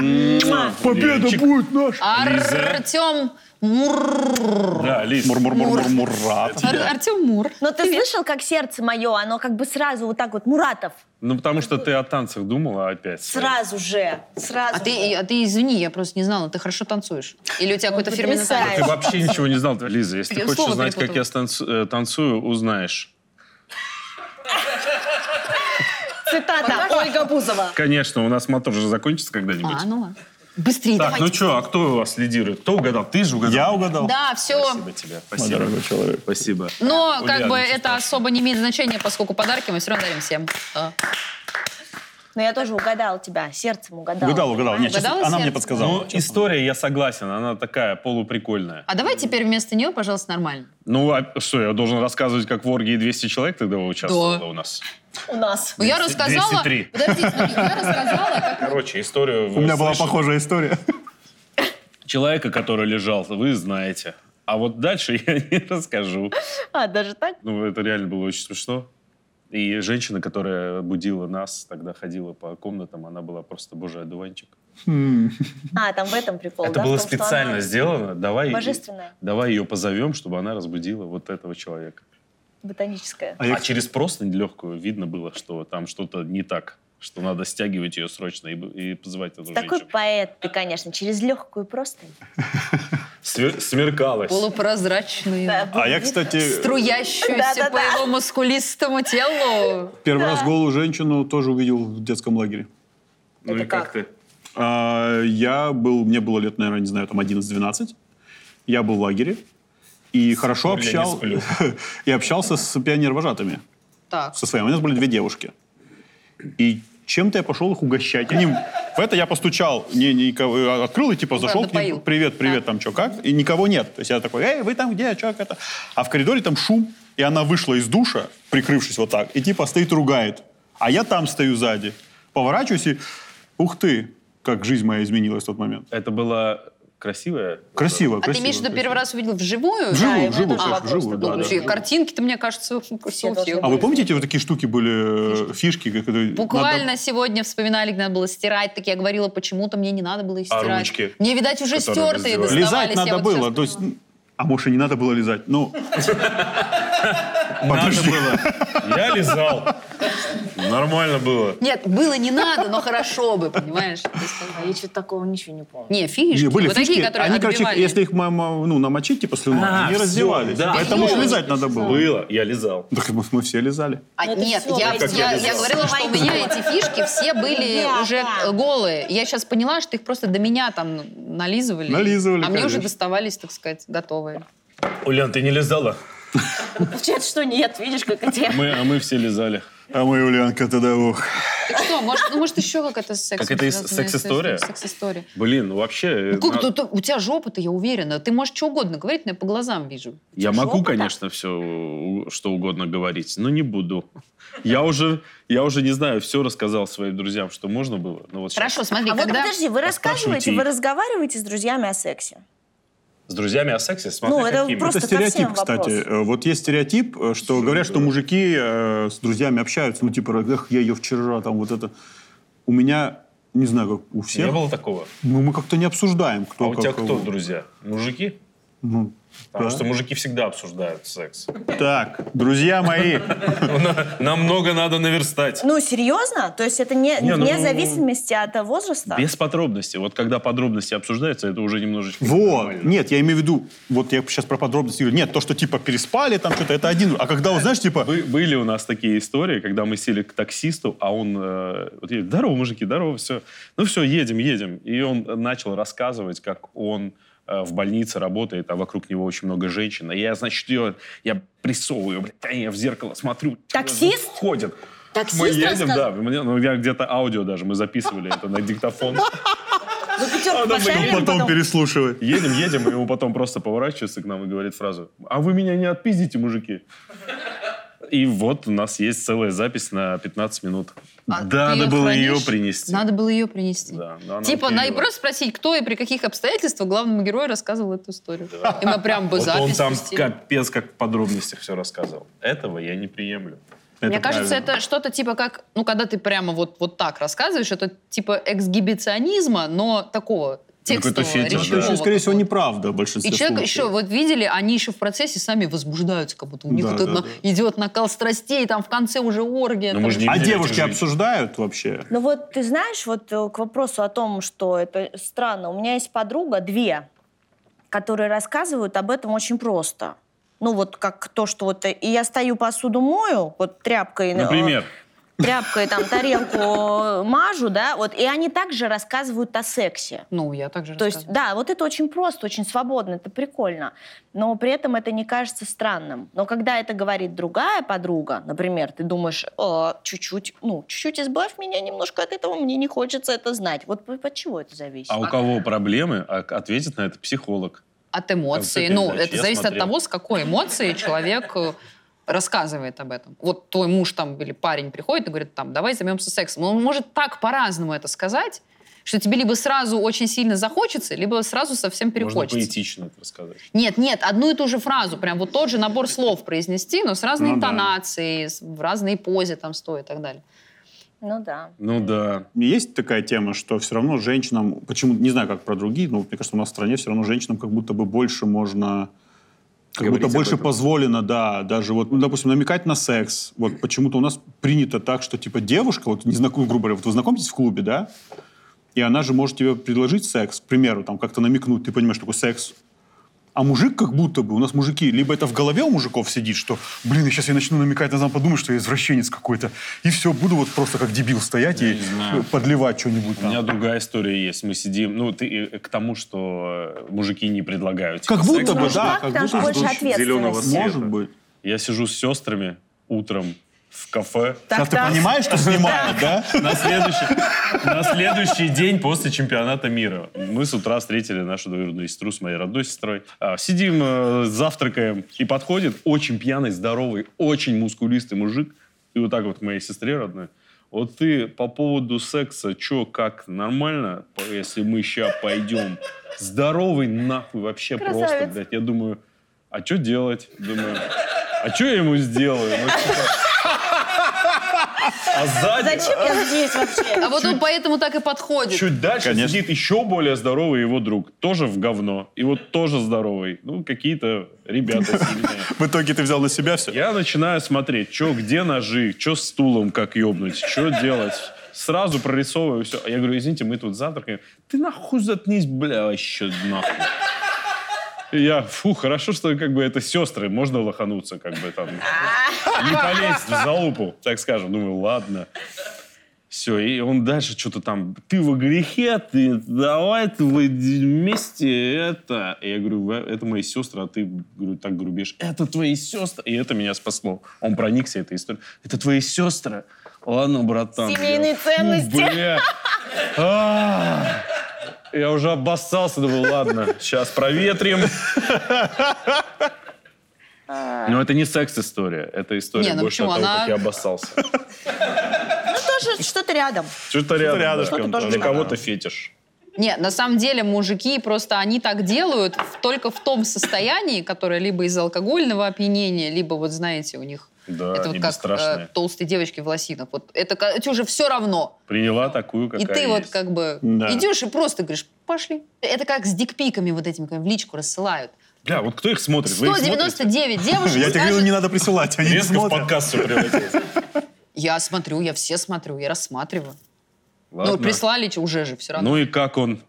ты.
Победа будет наша.
Артем Мур.
Да, Лиз.
Мур-мур-мур-мурат.
Артем Мур.
Но Ну, ты слышал, как сердце мое, оно как бы сразу вот так вот, Муратов,
Ну, потому что ты о танцах думала опять.
сразу же, сразу
А
же.
ты, а ты извини, я просто не знала, ты хорошо танцуешь. Или у тебя какой-то фирменный танец?
Ты вообще ничего не знал, Лиза. Если
Я
ты хочешь
слово
узнать, как я
перепутала.
станцу- э, танцую, узнаешь.
Цитата Ольга Бузова.
Конечно, у нас мотор же закончится когда-нибудь.
А, ну ладно. Быстрее,
так,
давайте.
ну что, а кто у вас лидирует? Кто угадал? Ты же угадал.
Я угадал.
Да, все.
Спасибо тебе. Спасибо.
человек.
Спасибо.
Но
Уля,
как
ничего
бы это
страшного.
особо не имеет значения, поскольку подарки мы все равно дарим всем. А.
Но я тоже угадала тебя, сердцем угадала.
Угадал, угадал. Нет, честно,
Угадала
она
сердце?
мне подсказала.
Ну, история, я согласен, она такая полуприкольная.
А давай теперь вместо нее, пожалуйста, нормально.
Ну, а что, я должен рассказывать, как в оргии 200 человек тогда участвовало
Да.
у нас?
У нас.
Ну, я рассказала...
203.
Подождите, ну, я рассказала, как...
Короче, историю...
У меня была похожая история.
Человека, который лежал, вы знаете. А вот дальше я не расскажу.
А, даже так?
Ну, это реально было очень смешно. И женщина, которая будила нас, тогда ходила по комнатам, она была просто божий одуванчик.
А, там в этом прикол,
это
да? в
было
том, что
специально
она-
сделано. Давай,
Божественная.
давай ее позовем, чтобы она разбудила вот этого человека.
Ботаническая.
А
А,
я-
через простынь легкую видно было, что там что-то не так, что надо стягивать ее срочно и, б- и позвать эту
Такой
женщину.
поэт ты, конечно, через легкую просто.
Свер- Смеркалось.
Полупрозрачную,
А я, кстати,
струящуюся
Да-да-да.
по его мускулистому телу.
первый раз голую женщину тоже увидел в детском лагере.
Ну
Это
и как
как?
ты?
А, Я был, мне было лет, наверное, не знаю, там 11-12. Я был в лагере и хорошо
я не
общал.
сплю.
И общался с пионервожатыми,
Так.
со своими. У нас были две девушки. И чем-то я пошел их угощать. Они... В это я постучал, не, никого, открыл и типа зашел к
напоил.
ним, привет, привет,
Да.
там что, как? И никого нет. То есть я такой, эй, вы там где, что, как это? А в коридоре там шум, и она вышла из душа, прикрывшись вот так, и типа стоит, ругает. А я там стою сзади. Поворачиваюсь и, ух ты, как жизнь моя изменилась в тот момент.
Это было красивое?
Красиво,
А ты,
Ну, красиво.
Миша,
красиво.
первый раз увидел вживую?
Да,
Вживую,
его
вживую,
тоже
Саша,
вопрос
вживую,
такой
да, да.
Вообще, Картинки-то, мне кажется,
должны
А вы помните, эти вот такие штуки были, э, фишки, которые
Буквально
надо-
сегодня вспоминали, где надо было стирать. Так я говорила, почему-то мне не надо было их
А
стирать.
ручки,
Мне, видать, уже
которыми
стертые
раздевали?
Лизать
доставались. я
надо
вот
было.
сейчас
То есть,
поняла.
м, А может, и не надо было лизать? Ну, подожди.
Я лизал. Нормально было.
Нет, было не надо, но хорошо бы, понимаешь? Ты сказала.
А я что-то такого ничего не помню.
Не, фишки.
Не, были
вот
фишки,
такие, которые
они, короче,
отбивали.
если их мама, ну, намочить, типа, слюной,
А,
они
всё,
раздевались.
да.
Поэтому ж
Ё,
лизать надо было.
Было, я лизал.
Так мы, мы все лизали.
А,
Ну, это
нет,
всё,
я,
это
я,
всё.
я говорила, что у меня эти фишки все были
Да,
уже
да.
э, голые. Я сейчас поняла, что их просто до меня там нализывали.
Нализывали,
А мне уже
конечно.
доставались, так сказать, готовые.
Улян, ты не лизала?
Получается, что нет, видишь, как эти...
Мы, а мы все лизали.
А мы, Юлианка, тогда ох.
Так что, может, ну, может еще как это с сексом
Как это и с-
связано, если-
секс-история?
Секс-история.
Блин, ну вообще...
Ну, как,
на-
ты- ты- у тебя жопа-то, я уверена. Ты можешь что угодно говорить, но я по глазам вижу.
Я могу,
Жопа, да.
конечно, все, что угодно говорить, но не буду. Я уже, я уже не знаю, все рассказал своим друзьям, что можно было. Но вот щас
Хорошо, смотри,
А вот
когда...
подожди, вы рассказываете,
их.
вы разговариваете с друзьями о сексе.
С друзьями о сексе смотри,
Ну, это
какими.
просто
Это
ко
стереотип,
всем
кстати.
вопрос.
Э, Вот есть стереотип, э, что
Слушай,
говорят,
да.
что мужики э, с друзьями общаются, ну, типа, эх, я ее вчера, там, вот это. У меня, не знаю, как у
Не
всех, ну,
было такого.
мы, мы как-то не обсуждаем, кто
А у
как,
тебя
э,
кто друзья? Мужики?
ну,
Потому
да.
что мужики всегда обсуждают секс. Ну,
Так, друзья мои,
На- Нам много надо наверстать.
Ну, серьезно? То есть это не,
Не, ну-
вне зависимости от э, возраста?
Без подробностей. Вот когда подробности обсуждаются, это уже немножечко...
вот,
нормально.
нет, я имею в виду, вот я сейчас про подробности говорю, нет, то, что, типа, переспали там что-то, это один, а когда, вот, знаешь, типа,
Бы- были у нас такие истории, когда мы сели к таксисту, а он... э, вот едет, здорово, мужики, здорово, все. Ну все, едем, едем. И он начал рассказывать, как он э, в больнице работает, а вокруг него очень много женщин. А я, значит, ее, я прессовываю, блядь, а я в зеркало смотрю. чё она
Таксист?
Ходит.
Таксист
Мы едем,
рассказывает?
да. мне- ну, я где-то аудио даже, мы записывали это на диктофон.
Ну, пятерку
Она
поставили,
потом
А, потом переслушивай.
Едем, едем, и он потом просто поворачивается к нам и говорит фразу «А вы меня не отпиздите, мужики?» И вот у нас есть целая запись на 15 минут.
А ты
Надо было ее
хранишь?
принести.
Надо было ее принести.
Да, но она
Типа,
утеряла.
надо и просто спросить, кто и при каких обстоятельствах главному герою рассказывал эту историю. И мы прям бы
Вот он
запись
там
пустили.
капец как в подробностях все рассказывал. Этого я не приемлю.
Мне
Это
кажется,
правильно.
это что-то типа как, ну, когда ты прямо вот, вот так рассказываешь, это типа эксгибиционизма, но такого
Ну, Какой-то
текстового,
фетиш, да.
Это еще,
речевого.
скорее всего, неправда в большинстве
И человек
случаев.
еще, вот видели, они еще в процессе сами возбуждаются, как будто у них
Да,
вот это
да,
на-
да.
идет накал страстей, там в конце уже оргия.
Но
там.
Ну, мы же не
А
видели
девушки
этих женщин.
обсуждают вообще?
Ну вот ты знаешь, вот э, к вопросу о том, что это странно, у меня есть подруга, две, которые рассказывают об этом очень просто. Ну вот как то, что вот э, и я стою посуду мою, вот тряпкой... э,
Например,
Тряпкой там тарелку э, мажу, да, вот, и они также рассказывают о сексе.
Ну, я также
То есть, да, вот это очень просто, очень свободно, это прикольно. Но при этом это не кажется странным. Но когда это говорит другая подруга, например, ты думаешь, «Э, чуть-чуть, ну, чуть-чуть избавь меня немножко от этого, мне не хочется это знать. Вот по- от чего это зависит?
а у кого проблемы, а- ответит на это психолог.
От эмоций.
Концепт
Ну,
передачи,
это
я
зависит от
смотрел.
того, с какой эмоцией человек э, рассказывает об этом. Вот твой муж там или парень приходит и говорит, там, давай займемся сексом. Он может так по-разному это сказать, что тебе либо сразу очень сильно захочется, либо сразу совсем
Можно
перехочется.
поэтично это рассказать.
Нет, нет, одну и ту же фразу, прям вот тот же набор слов произнести, но с разной
Ну да.
интонацией, с- в разной позе там стоя и так далее.
Ну да.
Ну да.
Есть такая тема, что все равно женщинам, почему, не знаю, как про другие, но вот мне кажется, у нас в стране все равно женщинам как будто бы больше можно, как будто
Говорить об
больше
этом.
позволено, да, даже вот, ну, допустим, намекать на секс. Вот почему-то у нас принято так, что типа девушка, вот, не знаком, грубо говоря, вот вы знакомитесь в клубе, да, и она же может тебе предложить секс, к примеру, там как-то намекнуть, ты понимаешь, что такое секс. А мужик как будто бы, у нас мужики, либо это в голове у мужиков сидит, что, блин, я сейчас я начну намекать, а сам подумаю, что я извращенец какой-то. И все, буду вот просто как дебил стоять
Я
и
не знаю.
подливать что-нибудь
У меня
там.
другая история есть. Мы сидим, ну, ты э, к тому, что э, мужики не предлагают. типа
Как
секс.
будто бы,
Может,
да,
так,
как
там
будто
же больше
бы.
ответственности.
зелёного света.
Может быть.
Я сижу с сестрами утром в кафе.
Сейчас ты понимаешь, что снимают, да?
На следующий, на следующий день после чемпионата мира мы с утра встретили нашу двоюродную сестру с моей родной сестрой. А, Сидим, э, завтракаем, и подходит очень пьяный, здоровый, очень мускулистый мужик. И вот так вот к моей сестре родной. Вот ты по поводу секса, чё, как, нормально, По- если мы ща пойдем? Здоровый нахуй вообще просто,
Красавец.
блядь. Я думаю, а что делать? Думаю, а что я ему сделаю? Ну, типа, а сзади
Зачем я здесь вообще?
А вот он поэтому так и подходит.
чуть дальше
Конечно.
сидит еще более здоровый его друг. Тоже в говно. И вот тоже здоровый. Ну, какие-то ребята сильные.
В итоге ты взял на себя все.
Я начинаю смотреть, что где ножи, что с стулом как ёбнуть, что делать. Сразу прорисовываю все. Я говорю, извините, мы тут завтракаем. Ты нахуй заткнись, бля, вообще нахуй. И Я, фу, хорошо, что как бы это сестры, можно лохануться, как бы там. Не полезть в залупу, так скажем. Думаю, ладно. Все, и он дальше что-то там, ты во грехе, ты давай ты вы вместе это. И я говорю, «Вы- это мои сестры, а ты говорю, так грубишь. Это твои сестры. И это меня спасло. Он проникся этой историей. Это твои сестры? Ладно, братан.
Семейные
Фу,
ценности.
бля. А. Я уже обоссался, думаю, ладно, сейчас проветрим. Но это не секс-история, это история
Не, ну
больше
почему?
о том,
Она-
как я обоссался.
Тоже что-то рядом.
Что-то рядом.
рядышком
да.
тоже
Для
рядом.
кого-то фетиш.
Нет, на самом деле мужики просто они так делают в- только в том состоянии, которое либо из алкогольного опьянения, либо вот знаете у них
Да,
это
и
вот как
бесстрашные.
э, толстые девочки в лосинах. Вот это ка- тебе уже все равно.
Приняла такую, какая
и ты вот
есть.
как бы
Да.
идешь и просто говоришь, пошли. Это как с дикпиками вот этими, когда в личку рассылают.
Бля, вот кто их смотрит? Вы их смотрите?
199 девушек
Я тебе говорил,
скажет,
не надо присылать, они не
Резко в
смотрят.
подкаст все
Ну,
превратилось.
я смотрю, я все смотрю, я рассматриваю. Ну,
Ладно.
прислали че- уже же все равно.
Ну и как он?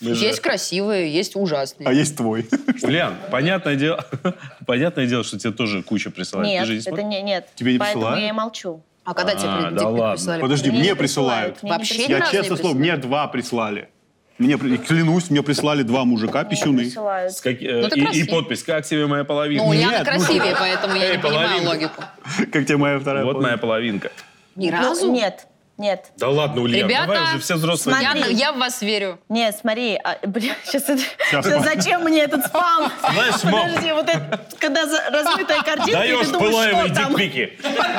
Ну, Мы же-
есть красивые, есть ужасные.
А есть твой.
Ульян, понятное дело, понятное дело, что тебе тоже куча
А,
присылают. Ты
Нет,
же не
это
смотришь?
не, нет.
Тебе не
Поэтому
присылают?
я и молчу.
А когда тебе
А,
при-
да
дикпик
ладно.
присылали?
Подожди,
Мне
мне
не
присылают.
присылают, мне не
Вообще
присылают.
ни
Я
разу не
честно слово, мне
присылали.
два прислали. Мне, при- клянусь, мне прислали два мужика писюны.
Присылают.
С как- э,
Ну, ты
и- и,
красивый.
подпись, как тебе моя половинка?
Ну, Ульяна
Нет, ну-
красивее, поэтому я
Эй,
не понимаю
половинка.
логику.
Как тебе моя вторая
вот
половина?
моя половинка.
Ни
Ну,
разу?
Нет, нет.
Да ладно, Ульян,
Ребята,
давай уже все взрослые.
Я,
Смотри.
я в вас верю.
Нет, смотри, а, бля, сейчас это...
Сейчас.
сейчас зачем мне этот спам?
Знаешь, мам,
Подожди, вот это, когда за- размытая картинка, и
даешь
ты думаешь,
Пылаевой
что там?
дикпики.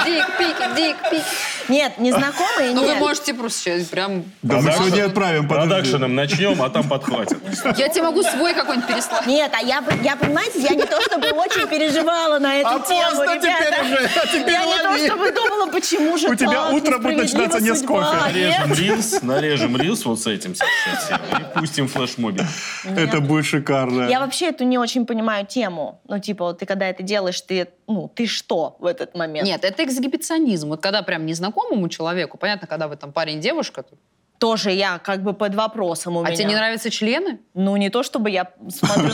Дик, пик, дик, пик.
Нет, незнакомые,
Ну, вы
нет.
можете просто сейчас прям...
Да мы
Продакшн.
сегодня отправим. подожди.
Продакшеном начнем, а там подхватят.
Я тебе могу свой какой-нибудь переслать.
Нет, а я, я, понимаете, я не то чтобы очень переживала на эту
А
тему,
поздно
ребята.
теперь уже, а теперь
я не то
лови.
чтобы думала, почему же
У тебя
так,
утро будет
несправедлива
начинаться не с
судьба,
кофе.
нет?
Нарежем рилс, нарежем рилс вот с этим сейчас всем и пустим флешмобик.
Это будет шикарно.
Я вообще эту не очень понимаю тему. Ну, типа, вот ты когда это делаешь, ты, ну, ты что в этот момент?
Нет, это эксгибиционизм. Вот когда прям незнакомому человеку, понятно, когда вы там парень, девушка, то-
Тоже я как бы под вопросом у
а
меня.
тебе не нравятся члены?
Ну, не то чтобы я смотрю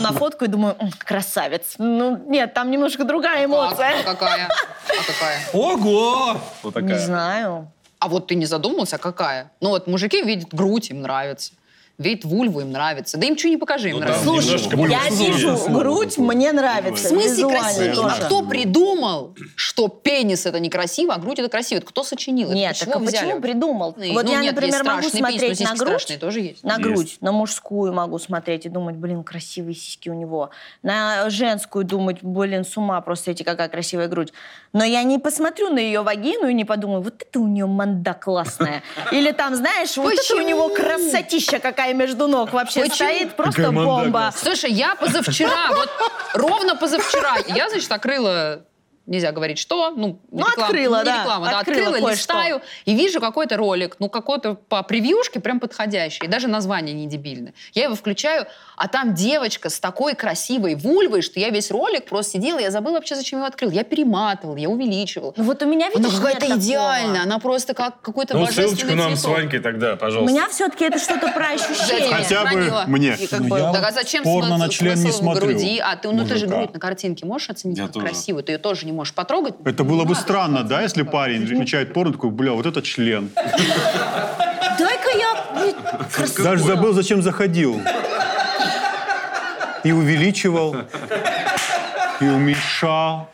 на фотку и думаю, «М, красавец. Ну, нет, там немножко другая
А
эмоция.
какая? А какая?
Ого! Вот
Не
такая.
знаю.
А вот ты не задумался, какая? Ну вот мужики видят грудь, им нравится. Видят вульву, им нравится. Да им что не покажи, им
Ну,
нравится.
да.
Слушай,
немножко
я
по-другому.
вижу
Слово,
грудь, мне нравится.
В смысле
визуально
красивее?
тоже.
А кто придумал, что пенис это некрасиво, а грудь это красиво? Это кто сочинил? это?
Нет,
Ты чего
так а
взяли
почему
вообще?
придумал?
Ну,
Вот
ну,
я,
нет,
например,
есть
могу
страшные пенис, но
смотреть на
сиськи
грудь,
страшные тоже есть.
на
Есть.
грудь, на мужскую могу смотреть и думать, блин, красивые сиськи у него. На женскую думать, блин, с ума просто эти какая красивая грудь. Но я не посмотрю на ее вагину и не подумаю, вот это у нее манда классная. Или там, знаешь, вот это у
Почему?
него красотища какая между ног вообще
Почему?
стоит, просто
Какая манда
бомба.
классная.
Слушай, я позавчера, вот ровно позавчера, я, значит, открыла нельзя говорить, что, ну,
Ну,
реклама-
открыла,
не
да,
реклама, да,
открыла
открыла,
кое-что.
листаю, и вижу какой-то ролик, ну, какой-то по превьюшке прям подходящий, и даже название не дебильное. Я его включаю, а там девочка с такой красивой вульвой, что я весь ролик просто сидела, я забыла вообще, зачем его открыл. Я перематывала, я увеличивала.
Ну вот у меня,
Она
видишь, нет
какая-то
такого.
идеальная, она просто как какой-то
Ну,
божественный
ссылочку нам с
цветок.
Ванькой тогда,
У
пожалуйста.
меня все-таки это что-то про ощущения.
Хотя бы
Звонила.
мне.
И как
Ну,
бы-
я
Так а зачем
порно
смысл-
на член не
смысл в
смотрю.
груди? А ты, ну ты же
мужика.
грудь на картинке можешь оценить
Я
как
тоже.
красивую? Ты ее тоже не можешь потрогать? Ну,
Это было бы
Надо.
странно, да, если парень замечает порно, такой, бля, вот это член.
Дай-ка я...
Даже забыл, зачем заходил. И увеличивал, и уменьшал.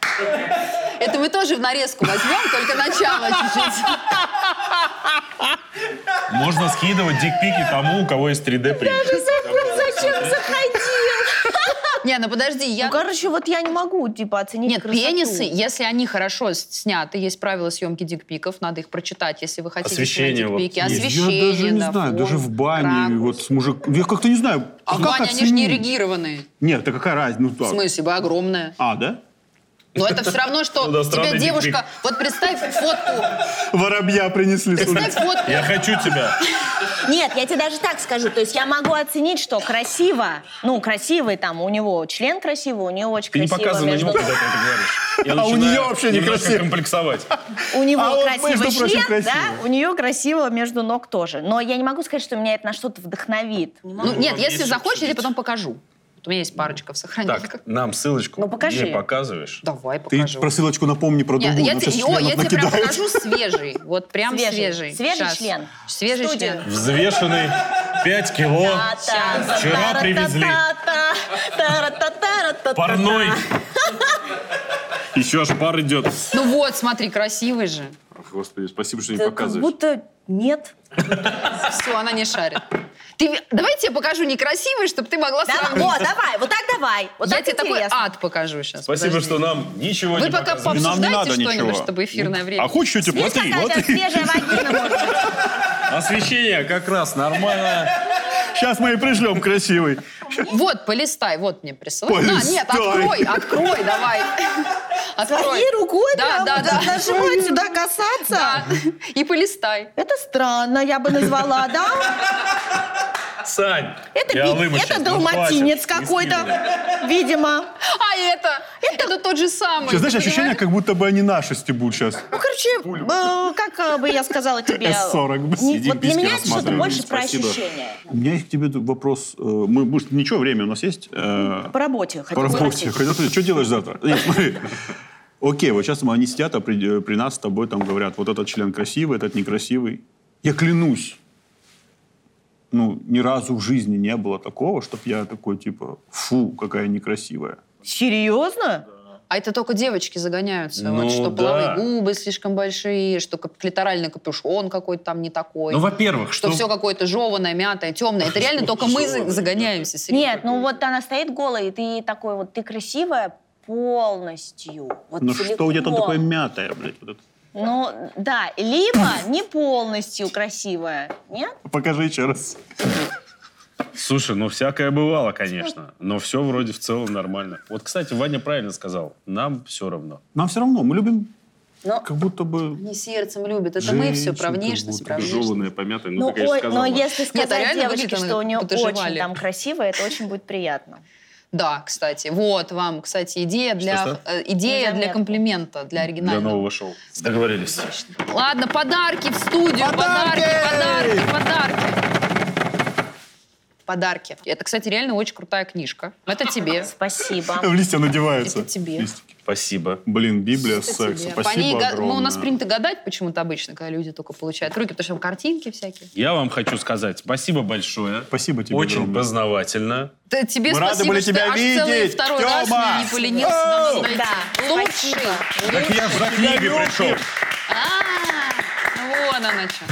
Это мы тоже в нарезку возьмем, только начало чуть-чуть.
Можно скидывать дикпики тому, у кого есть 3D принтер.
забыл, зачем заходил.
Не, ну подожди, я...
Ну, короче, вот я не могу, типа, оценить
Нет,
красоту.
пенисы, если они хорошо с- сняты, есть правила съемки дикпиков, надо их прочитать, если вы хотите
Освещение
снять
вот
дикпики.
есть.
Освещение,
я даже не
да,
знаю,
фон,
даже в бане,
ракурс.
вот с мужиком. Я как-то не знаю.
А в
как
бане они же не
оценить?
эрегированные.
Нет, да какая разница? Ну,
В
так.
смысле, вы огромная.
А, да?
Но это все равно, что
Ну да,
тебе
странный
девушка... Вот представь фотку.
Воробья принесли с
Представь
улицы.
фотку.
Я хочу тебя.
Нет, я тебе даже так скажу. То есть я могу оценить, что красиво. Ну, красивый там, у него член красивый, у нее очень
Ты не
красиво.
показывай на
между-
него, когда ты это говоришь. Я
А у
начинаю
нее вообще
немножко
некрасиво.
комплексовать.
У него
А он,
красивый
между прочим,
член,
красивый.
да, у нее красиво между ног тоже. Но я не могу сказать, что меня это на что-то вдохновит. Не могу.
Ну, нет,
вам
если
есть
захочешь, я тебе
обсудить.
потом покажу. Вот у меня есть парочка в сохранилках.
Так, нам ссылочку.
Ну, покажи.
Ей показываешь.
Давай,
Ты
покажу.
про ссылочку напомни про
Я,
другую.
я
нам
те-
сейчас
о, я
членов
тебе прям
накидают.
покажу свежий. Вот прям свежий.
Свежий. Свежий
Щас.
член.
Свежий
Студия.
член.
Взвешенный 5 кило.
Та-та,
Вчера
та-ра-та-та-та,
привезли.
та-ра-та-та-ра-та-та.
Парной. Еще аж пар идет.
Ну вот, смотри, красивый же.
Ах, Господи, спасибо, что не
Да, Как
показываешь.
будто нет.
Все, она не шарит. Ты, давай я тебе покажу некрасивый, чтобы ты могла
Давай,
сравнить.
О, давай, вот так давай. Вот
я
так
тебе такой
интересно.
ад покажу сейчас.
Спасибо, что нам ничего
Вы
не
пока
показывали.
И нам не
пообсуждаете
надо
что-нибудь,
ничего.
чтобы эфирное время.
А хочешь, я тебе
Есть
плати?
какая-то
Вот
свежая вагина, может?
Освещение как раз нормально.
Сейчас мы и пришлем красивый.
Вот, полистай, вот мне присылай. На,
Полистай.
нет, открой, открой, давай. Открой.
И рукой
Да,
прям
да,
вот
да.
нажимать сюда касаться.
Да. И полистай.
Это странно, я бы назвала, да?
Сань,
Это,
я
би-
лыму щас,
это
ну,
далматинец
хватит, не
какой-то, видимо.
А это? Это тот же самый.
Сейчас, знаешь,
ты
ощущение,
понимаешь?
как будто бы они наши стебут сейчас.
Ну, короче,
Э, Как э, бы я сказала тебе...
С-40 бы
не-
сидим,
Вот для
письки
меня это что-то
рассматриваем.
больше про
Спасибо.
ощущения.
У меня есть к тебе вопрос. Э, Мы, может, ничего, время у нас есть? Э,
По работе.
По
хотела
работе.
спросить.
Хотел спросить, что делаешь завтра? Нет, смотри. Окей, вот сейчас они сидят, а при, э, при нас с тобой там говорят, вот этот член красивый, этот некрасивый. Я клянусь, ну, ни разу в жизни не было такого, чтобы я такой, типа, фу, какая некрасивая.
серьезно?
А это только девочки загоняются.
Ну
вот, что
да.
половые губы слишком большие, что кап- клиторальный капюшон какой-то там не такой.
Ну, во-первых,
что
что...
все какое-то жеваное, мятое, темное. Это реально только мы за- загоняемся. серьезно.
Нет, ну вот она стоит голая, и ты такой вот, ты красивая полностью. Вот
Ну, что у тебя там
целиком.
такое мятое, блядь? вот это?
Ну, да, либо не полностью красивая, нет?
Покажи еще раз.
Слушай, ну всякое бывало, конечно. Но все вроде в целом нормально. Вот, кстати, Ваня правильно сказал. Нам все равно.
Нам все равно, мы любим
Ну.
Но,
как будто бы...
Не сердцем любит. Это мы все
Женщин
про
как
внешность,
будто
про внешность.
Жеванная, помятая. Ну,
ну,
ты, конечно,
ой,
сказал.
но
нам.
если
а
сказать
реально
девочке,
выглядит она
что у нее
как будто
очень
жевали.
там красивая, это очень будет приятно.
Да, кстати. Вот вам, кстати, идея для,
Что-что?
э, идея для
Незаметно.
комплимента, для
Для
оригинального.
нового шоу. Договорились.
Ладно, подарки в студию. Подарки,
Подарки!
подарки, подарки. Подарки. Это, кстати, реально очень крутая книжка. Это тебе.
Спасибо.
В листья надеваются.
Это тебе.
Листики.
Спасибо.
Блин, Библия
Это
секса.
тебе.
Спасибо
По ней га-
огромное.
ну, у нас принято гадать почему-то обычно, когда люди только получают руки, потому что там картинки всякие.
Я вам хочу сказать спасибо большое.
Спасибо тебе
Очень
огромное.
познавательно.
Да, тебе
Мы рады
спасибо,
были
что
тебя
ты аж целый
видеть,
второй
Тёма!
раз меня не поленился нам
Оу!
найти.
Да,
Лучший.
спасибо.
Так я ж за книгой пришел.
А, ну вон она что.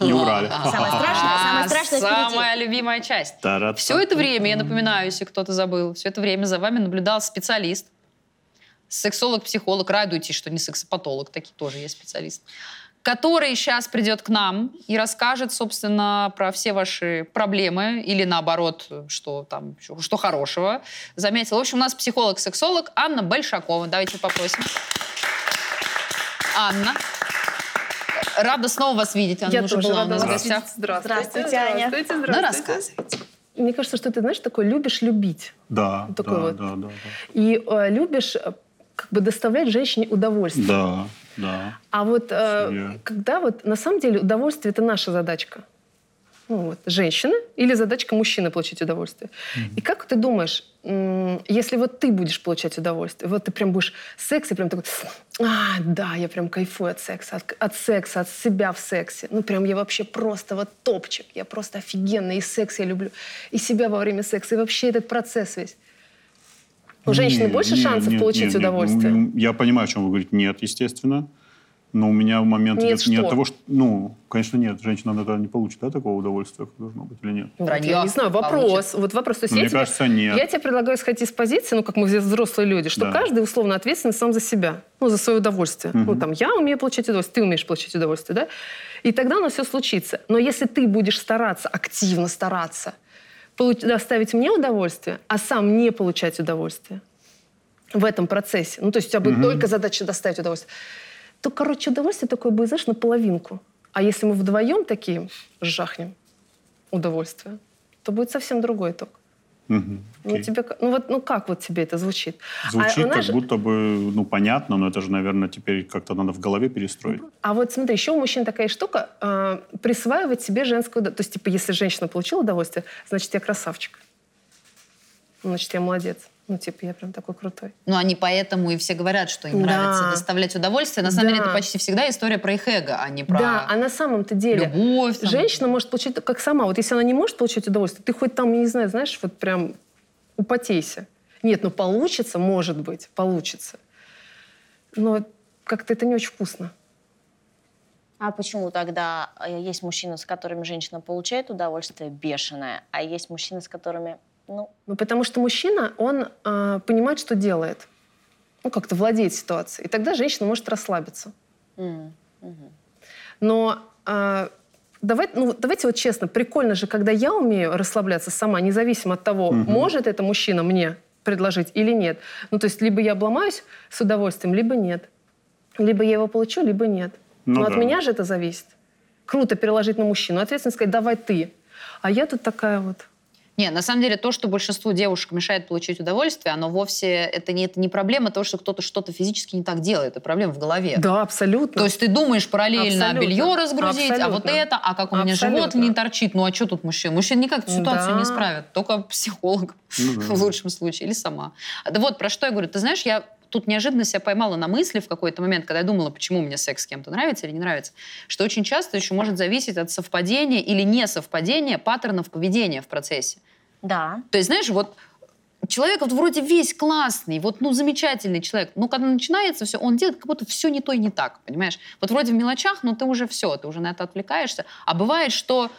Не урали.
Самое страшное, самое страшное впереди.
Самая любимая часть.
Та-ра-та.
Все это время, я напоминаю, если кто-то забыл, все это время за вами наблюдал специалист, сексолог-психолог, радуйтесь, что не сексопатолог, такие тоже есть специалисты, который сейчас придет к нам и расскажет, собственно, про все ваши проблемы или наоборот, что там, что- что хорошего заметил. В общем, у нас психолог-сексолог Анна Большакова. Давайте попросим. Анна. Рада снова вас видеть. Анна
Я
уже
тоже
была у
рада
нас в
вас
гостях.
видеть. Здравствуйте.
Здравствуйте, Аня.
Здравствуйте,
Ну,
здравствуйте.
рассказывай.
Мне кажется, что ты, знаешь, такой любишь любить.
Да,
Такой
да,
вот.
да, да,
И э, любишь э, как бы доставлять женщине удовольствие.
да. Да, да.
А вот э,
Серьезно.
когда вот на самом деле удовольствие это наша задачка. Ну вот, женщина или задачка мужчины получить удовольствие. И как ты думаешь, м, если вот ты будешь получать удовольствие, вот ты прям будешь секс и прям такой, а, да, я прям кайфую от секса, от, от секса, от себя в сексе. Ну прям я вообще просто вот топчик, я просто офигенная, и секс я люблю, и себя во время секса, и вообще этот процесс весь. У женщины
Не,
больше
не,
шансов
не,
получить
не, не.
удовольствие?
Ну, Я понимаю, о чем вы говорите. Нет, естественно. Но у меня в момент
Нет,
идет не от
что?
того, что... Ну, конечно, нет. Женщина, наверное, не получит да, такого удовольствия, как должно быть, или нет.
Ну, Вот
Вранье
я не знаю, вопрос.
получится.
Вот вопрос. То есть
Мне
я тебе-
кажется, нет.
Я тебе предлагаю сходить из позиции, ну, как мы все взрослые люди, что
Да.
каждый условно ответственен сам за себя, ну, за свое удовольствие. Ну, там, я умею получать удовольствие, ты умеешь получать удовольствие, да? И тогда оно все случится. Но если ты будешь стараться, активно стараться, получ- доставить мне удовольствие, а сам не получать удовольствие, в этом процессе, ну, то есть у тебя будет только задача доставить удовольствие, то, короче, удовольствие такое будет, знаешь, наполовинку. А если мы вдвоем такие жахнем удовольствие, то будет совсем другой итог.
Мгм,
Ну,
окей.
тебе, к- ну, вот, ну как вот тебе это звучит? А,
Звучит
знаешь,
как будто бы, ну, понятно, но это же, наверное, теперь как-то надо в голове перестроить.
А вот смотри, еще у мужчин такая штука а, присваивать себе женское удовольствие. То есть, типа, если женщина получила удовольствие, значит, я красавчик. Значит, я молодец. Ну, типа, я прям такой крутой.
Ну, они поэтому и все говорят, что им
Да.
нравится доставлять удовольствие. На самом деле,
Да.
это почти всегда история про их эго, а не про
Да, а на самом-то деле...
любовь. там.
Женщина может получить как сама. Вот если она не может получить удовольствие, ты хоть там, я не знаю, знаешь, вот прям употейся. Нет, ну получится, может быть, получится. Но как-то это не очень вкусно.
А почему тогда э, есть мужчины, с которыми женщина получает удовольствие бешеное, а есть мужчины, с которыми, ну,
Ну, потому что мужчина, он а, понимает, что делает. Ну, как-то владеет ситуацией. И тогда женщина может расслабиться.
м, мгм.
Но а, давай, ну, вот давайте вот честно, прикольно же, когда я умею расслабляться сама, независимо от того,
Мгм.
может это мужчина мне предложить или нет. Ну, то есть либо я обломаюсь с удовольствием, либо нет. Либо я его получу, либо нет.
Ну
Но
да.
от меня же это зависит. Круто переложить на мужчину. Ответственно сказать, давай ты. А я тут такая вот.
Не, на самом деле, то, что большинству девушек мешает получить удовольствие, оно вовсе... Это не, это не проблема того, что кто-то что-то физически не так делает. Это проблема в голове.
Да, абсолютно.
То есть ты думаешь параллельно
Абсолютно.
белье разгрузить, а вот
Абсолютно.
это, а как у меня живот
Абсолютно.
не торчит. Ну а что тут мужчина? Мужчина никак эту ситуацию
Да.
не исправит, только психолог
Ну да,
в
да.
лучшем случае или сама. А Да вот про что я говорю. Ты знаешь, я тут неожиданно себя поймала на мысли в какой-то момент, когда я думала, почему мне секс с кем-то нравится или не нравится, что очень часто еще может зависеть от совпадения или несовпадения паттернов поведения в процессе.
Да.
То есть, знаешь, вот человек вот вроде весь классный, вот, ну, замечательный человек, но когда начинается все, он делает как будто все не то и не так, понимаешь? Вот вроде в мелочах, но ты уже все, ты уже на это отвлекаешься. А бывает, что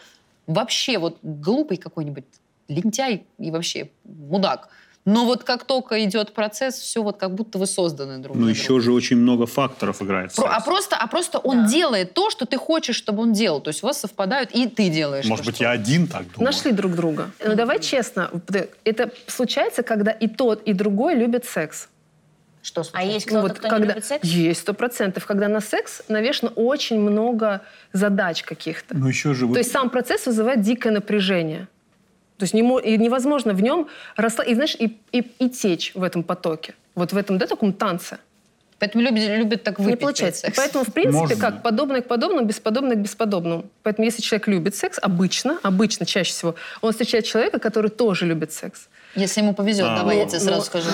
вообще вот глупый какой-нибудь лентяй и вообще мудак. Но вот как только идет процесс, все вот как будто вы созданы друг
Ну,
для друга.
еще же очень много факторов играет.
Про- а
секс.
просто, а просто он
Да.
делает то, что ты хочешь, чтобы он делал. То есть у вас совпадают, и ты делаешь.
Может
то,
быть,
что-
я один так думаю.
Нашли друг друга. Ну давай честно, это случается, когда и тот, и другой любят секс.
Что
А
случилось?
есть
Ну,
кто-то, кто не
когда...
любит секс?
Есть, сто процентов. Когда на секс навешено очень много задач каких-то.
Ну, еще же... вот-
То есть сам процесс вызывает дикое напряжение. То есть не мо- и невозможно в нем росла, и знаешь, и, и, и течь в этом потоке. Вот в этом, да, таком танце.
Поэтому люди любят так выпить.
не
перед
получается. И
сексом.
Поэтому, в принципе,
Можно.
как подобное к подобному, бесподобное к бесподобному. Поэтому, если человек любит секс, обычно, обычно, чаще всего, он встречает человека, который тоже любит секс.
Если ему повезет,
А,
давай я
ну,
тебе
ну,
сразу скажу.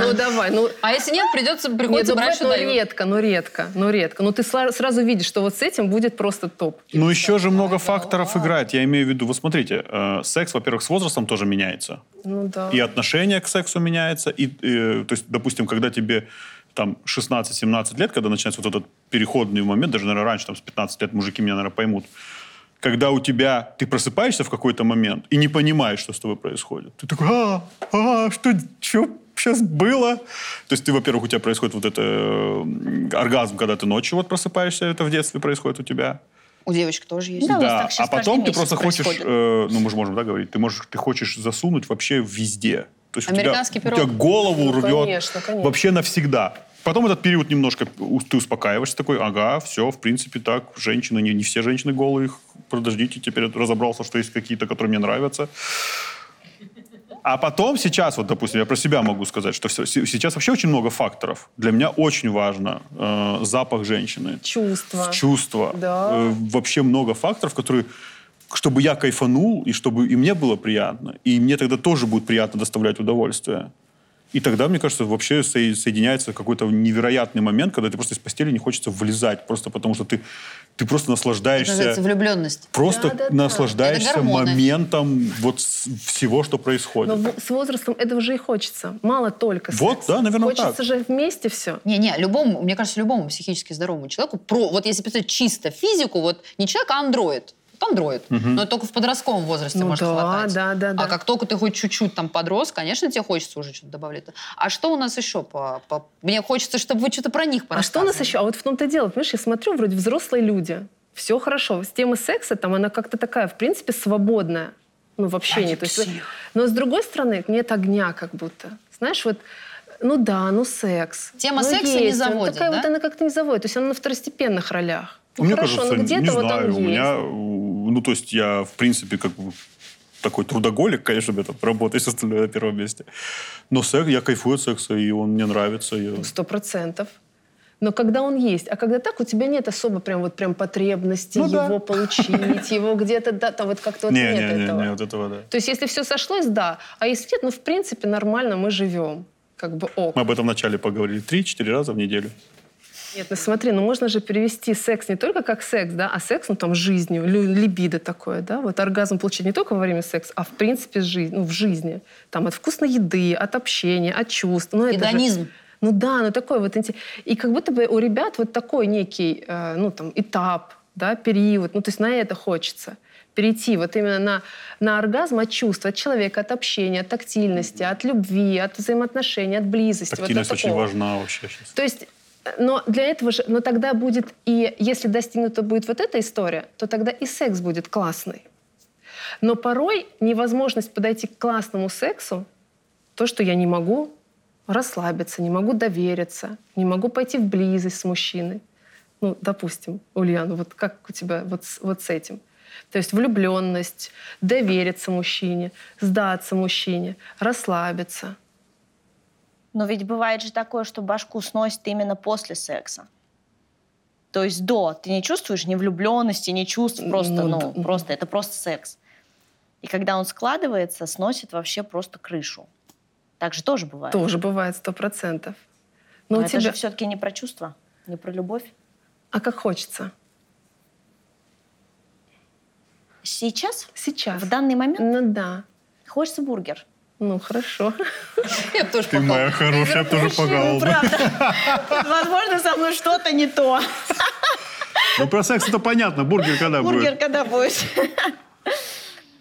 Ну, давай, ну,
А если нет, придется
Нет,
приходится
ну,
брать,
бывает,
что
но
дают.
редко, но редко, но редко. Но ты сла- сразу видишь, что вот с этим будет просто топ.
Ну, еще же много
А.
факторов играет. Я имею в виду, вот смотрите, э, секс, во-первых, с возрастом тоже меняется.
Ну да.
И отношение к сексу меняется. И, э, то есть, допустим, когда тебе там 16-17 лет, когда начинается вот этот переходный момент, даже, наверное, раньше, там, с 15 лет мужики меня, наверное, поймут, когда у тебя, ты просыпаешься в какой-то момент и не понимаешь, что с тобой происходит. Ты такой, а, а, что, что сейчас было? То есть ты, во-первых, у тебя происходит вот это э, оргазм, когда ты ночью вот просыпаешься, это в детстве происходит у тебя.
У девочек тоже есть.
Да. у нас так
а
сейчас
потом
каждый
ты
месяц
просто хочешь,
происходит.
э, ну мы же можем, да, говорить, ты можешь, ты хочешь засунуть вообще везде. То есть у тебя-
Американский
у тебя,
пирог.
голову
Ну,
рвет
конечно, конечно.
вообще навсегда. Потом этот период немножко у- ты успокаиваешься, такой, ага, все, в принципе, так, женщины, не, не все женщины голые, их- подождите, теперь я разобрался, что есть какие-то, которые мне нравятся. А потом сейчас, вот, допустим, я про себя могу сказать, что всё- се- сейчас вообще очень много факторов. Для меня очень важно э, запах женщины.
Чувства.
В чувства.
Да.
Э, вообще много факторов, которые чтобы я кайфанул, и чтобы и мне было приятно. И мне тогда тоже будет приятно доставлять удовольствие. И тогда, мне кажется, вообще со- соединяется какой-то невероятный момент, когда ты просто из постели не хочется влезать, просто потому что ты, ты просто
Это
наслаждаешься...
называется влюбленность.
Просто
Да-да-да.
Это
наслаждаешься
гормоны.
моментом вот с- всего, что происходит.
Но в- с возрастом этого же и хочется. Мало только
Вот,
секса.
да, наверное,
Хочется
так.
же вместе все.
Не-не, любому, мне кажется, любому психически здоровому человеку, про, вот если писать чисто физику, вот не человек, а андроид. Вот андроид. Но это только в подростковом возрасте
Ну
может
да,
хватать.
да, да, да.
А как только ты хоть чуть-чуть там подрос, конечно, тебе хочется уже что-то добавлять. А что у нас еще по... по- Мне хочется, чтобы вы что-то про них
А что у нас
порассказывали.
еще? А вот в том-то и дело, понимаешь, я смотрю, вроде взрослые люди, все хорошо. С темы секса там она как-то такая, в принципе, свободная. Ну, вообще не. То есть, но с другой стороны, нет огня как будто. Знаешь, вот ну да, ну секс.
Тема
Ну,
секса не
есть. Она
заводит,
Такая
да?
вот она как-то не заводит, то есть она на второстепенных ролях. Ну
Мне
хорошо,
кажется,
но где-то
не
вот он
знаю, у
есть.
меня, у- ну, то есть я, в принципе, как бы такой трудоголик, конечно, мне там работа и всё остальное на первом месте. Но секс, я кайфую от секса, и он мне нравится. я-
Сто процентов. Но когда он есть, а когда так, у тебя нет особо прям вот прям потребности
Ну да.
его получить, его где-то да, то вот как-то вот
Не,
нет
не, не,
этого.
не, от этого, да.
То есть если все сошлось, да, а если нет, ну в принципе нормально, мы живем, как бы ок.
Мы об этом вначале поговорили. Три-четыре раза в неделю.
Нет, ну смотри, ну можно же перевести секс не только как секс, да, а секс, ну там жизнью, лю- либидо такое, да, вот оргазм получить не только во время секса, а в принципе жизнь, ну в жизни, там от вкусной еды, от общения, от чувств, ну это же-
Гедонизм.
ну да, ну такой вот инте- и как будто бы у ребят вот такой некий, э, ну там этап, да, период, ну то есть на это хочется перейти вот именно на, на оргазм от чувств, от человека, от общения, от тактильности, от любви, от взаимоотношений, от близости. вот от
Тактильность очень
такого.
важна вообще сейчас.
То есть, э, но для этого же, но тогда будет и, если достигнута будет вот эта история, то тогда и секс будет классный. Но порой невозможность подойти к классному сексу, то, что я не могу расслабиться, не могу довериться, не могу пойти в близость с мужчиной. Ну, допустим, Ульяна, вот как у тебя вот с, вот с этим? То есть влюбленность, довериться мужчине, сдаться мужчине, расслабиться.
Но ведь бывает же такое, что башку сносит именно после секса. То есть до. Ты не чувствуешь ни влюбленности, не чувств, просто,
Ну,
ну,
да.
просто, это просто секс. И когда он складывается, сносит вообще просто крышу. Так же тоже бывает.
Тоже бывает сто процентов.
Но
у
это
тебя-
же все-таки не про чувства, не про любовь.
А как хочется?
Сейчас,
Сейчас.
в данный момент,
Ну да.
хочется бургер.
Ну хорошо.
Я бы тоже
Ты
попала.
моя хорошая, я б тоже
ну,
погал бы.
Возможно, со мной что-то не то.
Ну, про секс это понятно. Бургер когда
Бургер
будет?
когда будет?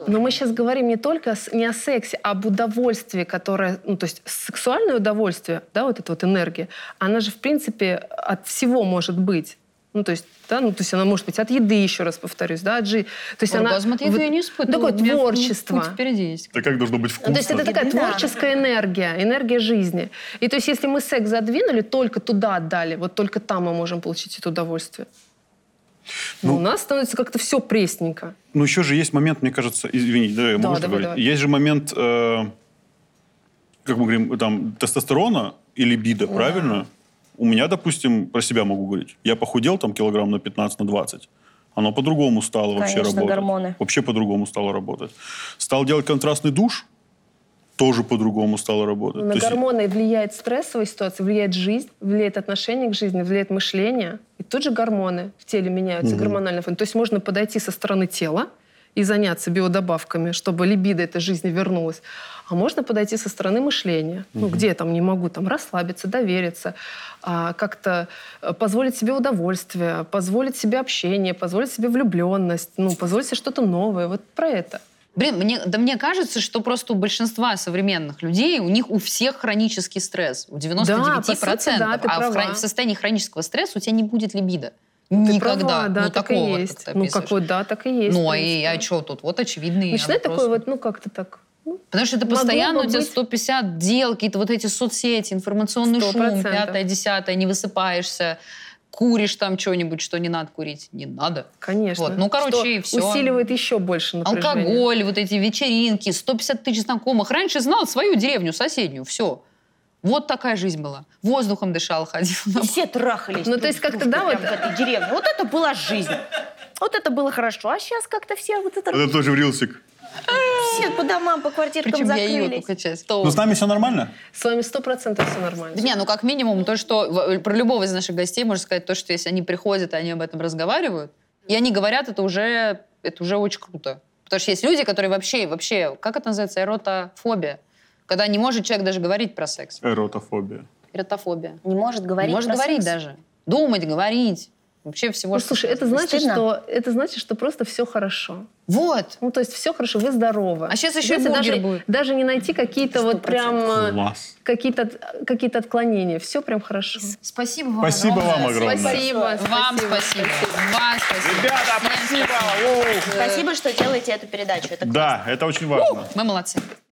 Но мы сейчас говорим не только с- не о сексе, а об удовольствии, которое, ну то есть сексуальное удовольствие, да, вот эта вот энергия, она же в принципе от всего может быть. Ну, то есть, да, ну, то есть она может быть от еды, еще раз повторюсь, да, от жи- То есть она...
Оргазм от еды
вот-
я не испытываю.
Такое
У меня
творчество.
путь впереди есть.
Да как должно быть вкусно?
Ну, то есть это такая
Да.
творческая энергия, энергия жизни. И то есть если мы секс задвинули, только туда отдали, вот только там мы можем получить это удовольствие. Но
Ну,
у нас становится как-то все пресненько.
Ну, еще же есть момент, мне кажется, извини, да, я
Да,
могу
давай,
говорить.
давай.
Есть же момент, э, как мы говорим, там, тестостерона и либидо, правильно? У меня, допустим, про себя могу говорить. Я похудел там килограмм на 15, на 20. Оно по-другому стало вообще
Конечно,
работать.
гормоны.
Вообще по-другому стало работать. Стал делать контрастный душ, тоже по-другому стало работать.
На
То есть-
гормоны влияет стрессовая ситуация, влияет жизнь, влияет отношение к жизни, влияет мышление. И тут же гормоны в теле меняются, гормональный фон. То есть можно подойти со стороны тела и заняться биодобавками, чтобы либидо этой жизни вернулась. А можно подойти со стороны мышления. Ну, где я там не могу там расслабиться, довериться, а, как-то э, позволить себе удовольствие, позволить себе общение, позволить себе влюбленность, ну, позволить себе что-то новое. Вот про это.
Блин, мне, да мне кажется, что просто у большинства современных людей, у них у всех хронический стресс. У 99%.
Да, по сути, да, ты
а в хрон- в,
права.
состоянии хронического стресса у тебя не будет либидо.
Ты
Никогда.
права, да,
ну,
так
такого,
и
как
есть.
ты
ну,
описываешь.
как вот, да, так и есть.
Ну,
в
а, и,
принципе.
а что тут? Вот очевидный
Начинает
вопрос.
такой вот, ну как-то так. ну,
Потому что это
Могло
постоянно
бы
у тебя
быть.
150 дел, какие-то вот эти соцсети, информационный
Сто
шум,
процентов.
пятое, десятое, не высыпаешься, куришь там что-нибудь, что не надо курить. Не надо.
Конечно.
Вот, ну, короче,
Что
и всё.
Усиливает еще больше напряжение.
Алкоголь, вот эти вечеринки, 150 тысяч знакомых. Раньше знал свою деревню, соседнюю, все. Вот такая жизнь была. Воздухом дышал, ходил.
И все трахались.
Ну,
друг
то есть
с
как-то,
дружкой
да,
прям
вот-
в этой деревне. Вот это была жизнь. Вот это было хорошо. А сейчас как-то все вот это
Вот
Э.
это тоже в рилсик.
все по домам, по квартиркам
Причем я ее
закрылись.
только часть.
Ну, с нами все нормально?
С вами сто процентов все
Да
нормально.
Не, ну как минимум то, что в- э, про любого из наших гостей можно сказать то, что если они приходят, и они об этом разговаривают, и они говорят, это уже, это уже очень круто. Потому что есть люди, которые вообще, вообще, как это называется, эротофобия. Когда не может человек даже говорить про секс.
Эротофобия.
Эротофобия.
Не может говорить
не может
про
говорить
секс.
даже. Думать, говорить. Вообще всего.
Ну,
что
слушай, это
можно.
значит,
Стыдно?
что это значит, что просто все хорошо.
Вот.
Ну, то есть все хорошо, вы здоровы.
А сейчас еще
Если
бургер
даже,
будет.
даже не найти какие-то вот прям э,
Класс.
какие-то от- какие-то отклонения. Все прям хорошо.
Спасибо вам.
Спасибо вам огромное.
Вам спасибо. Вам спасибо.
Ребята,
Всем
спасибо! Воу!
Спасибо, что делаете эту передачу. Это
Да, это очень важно.
Мы молодцы.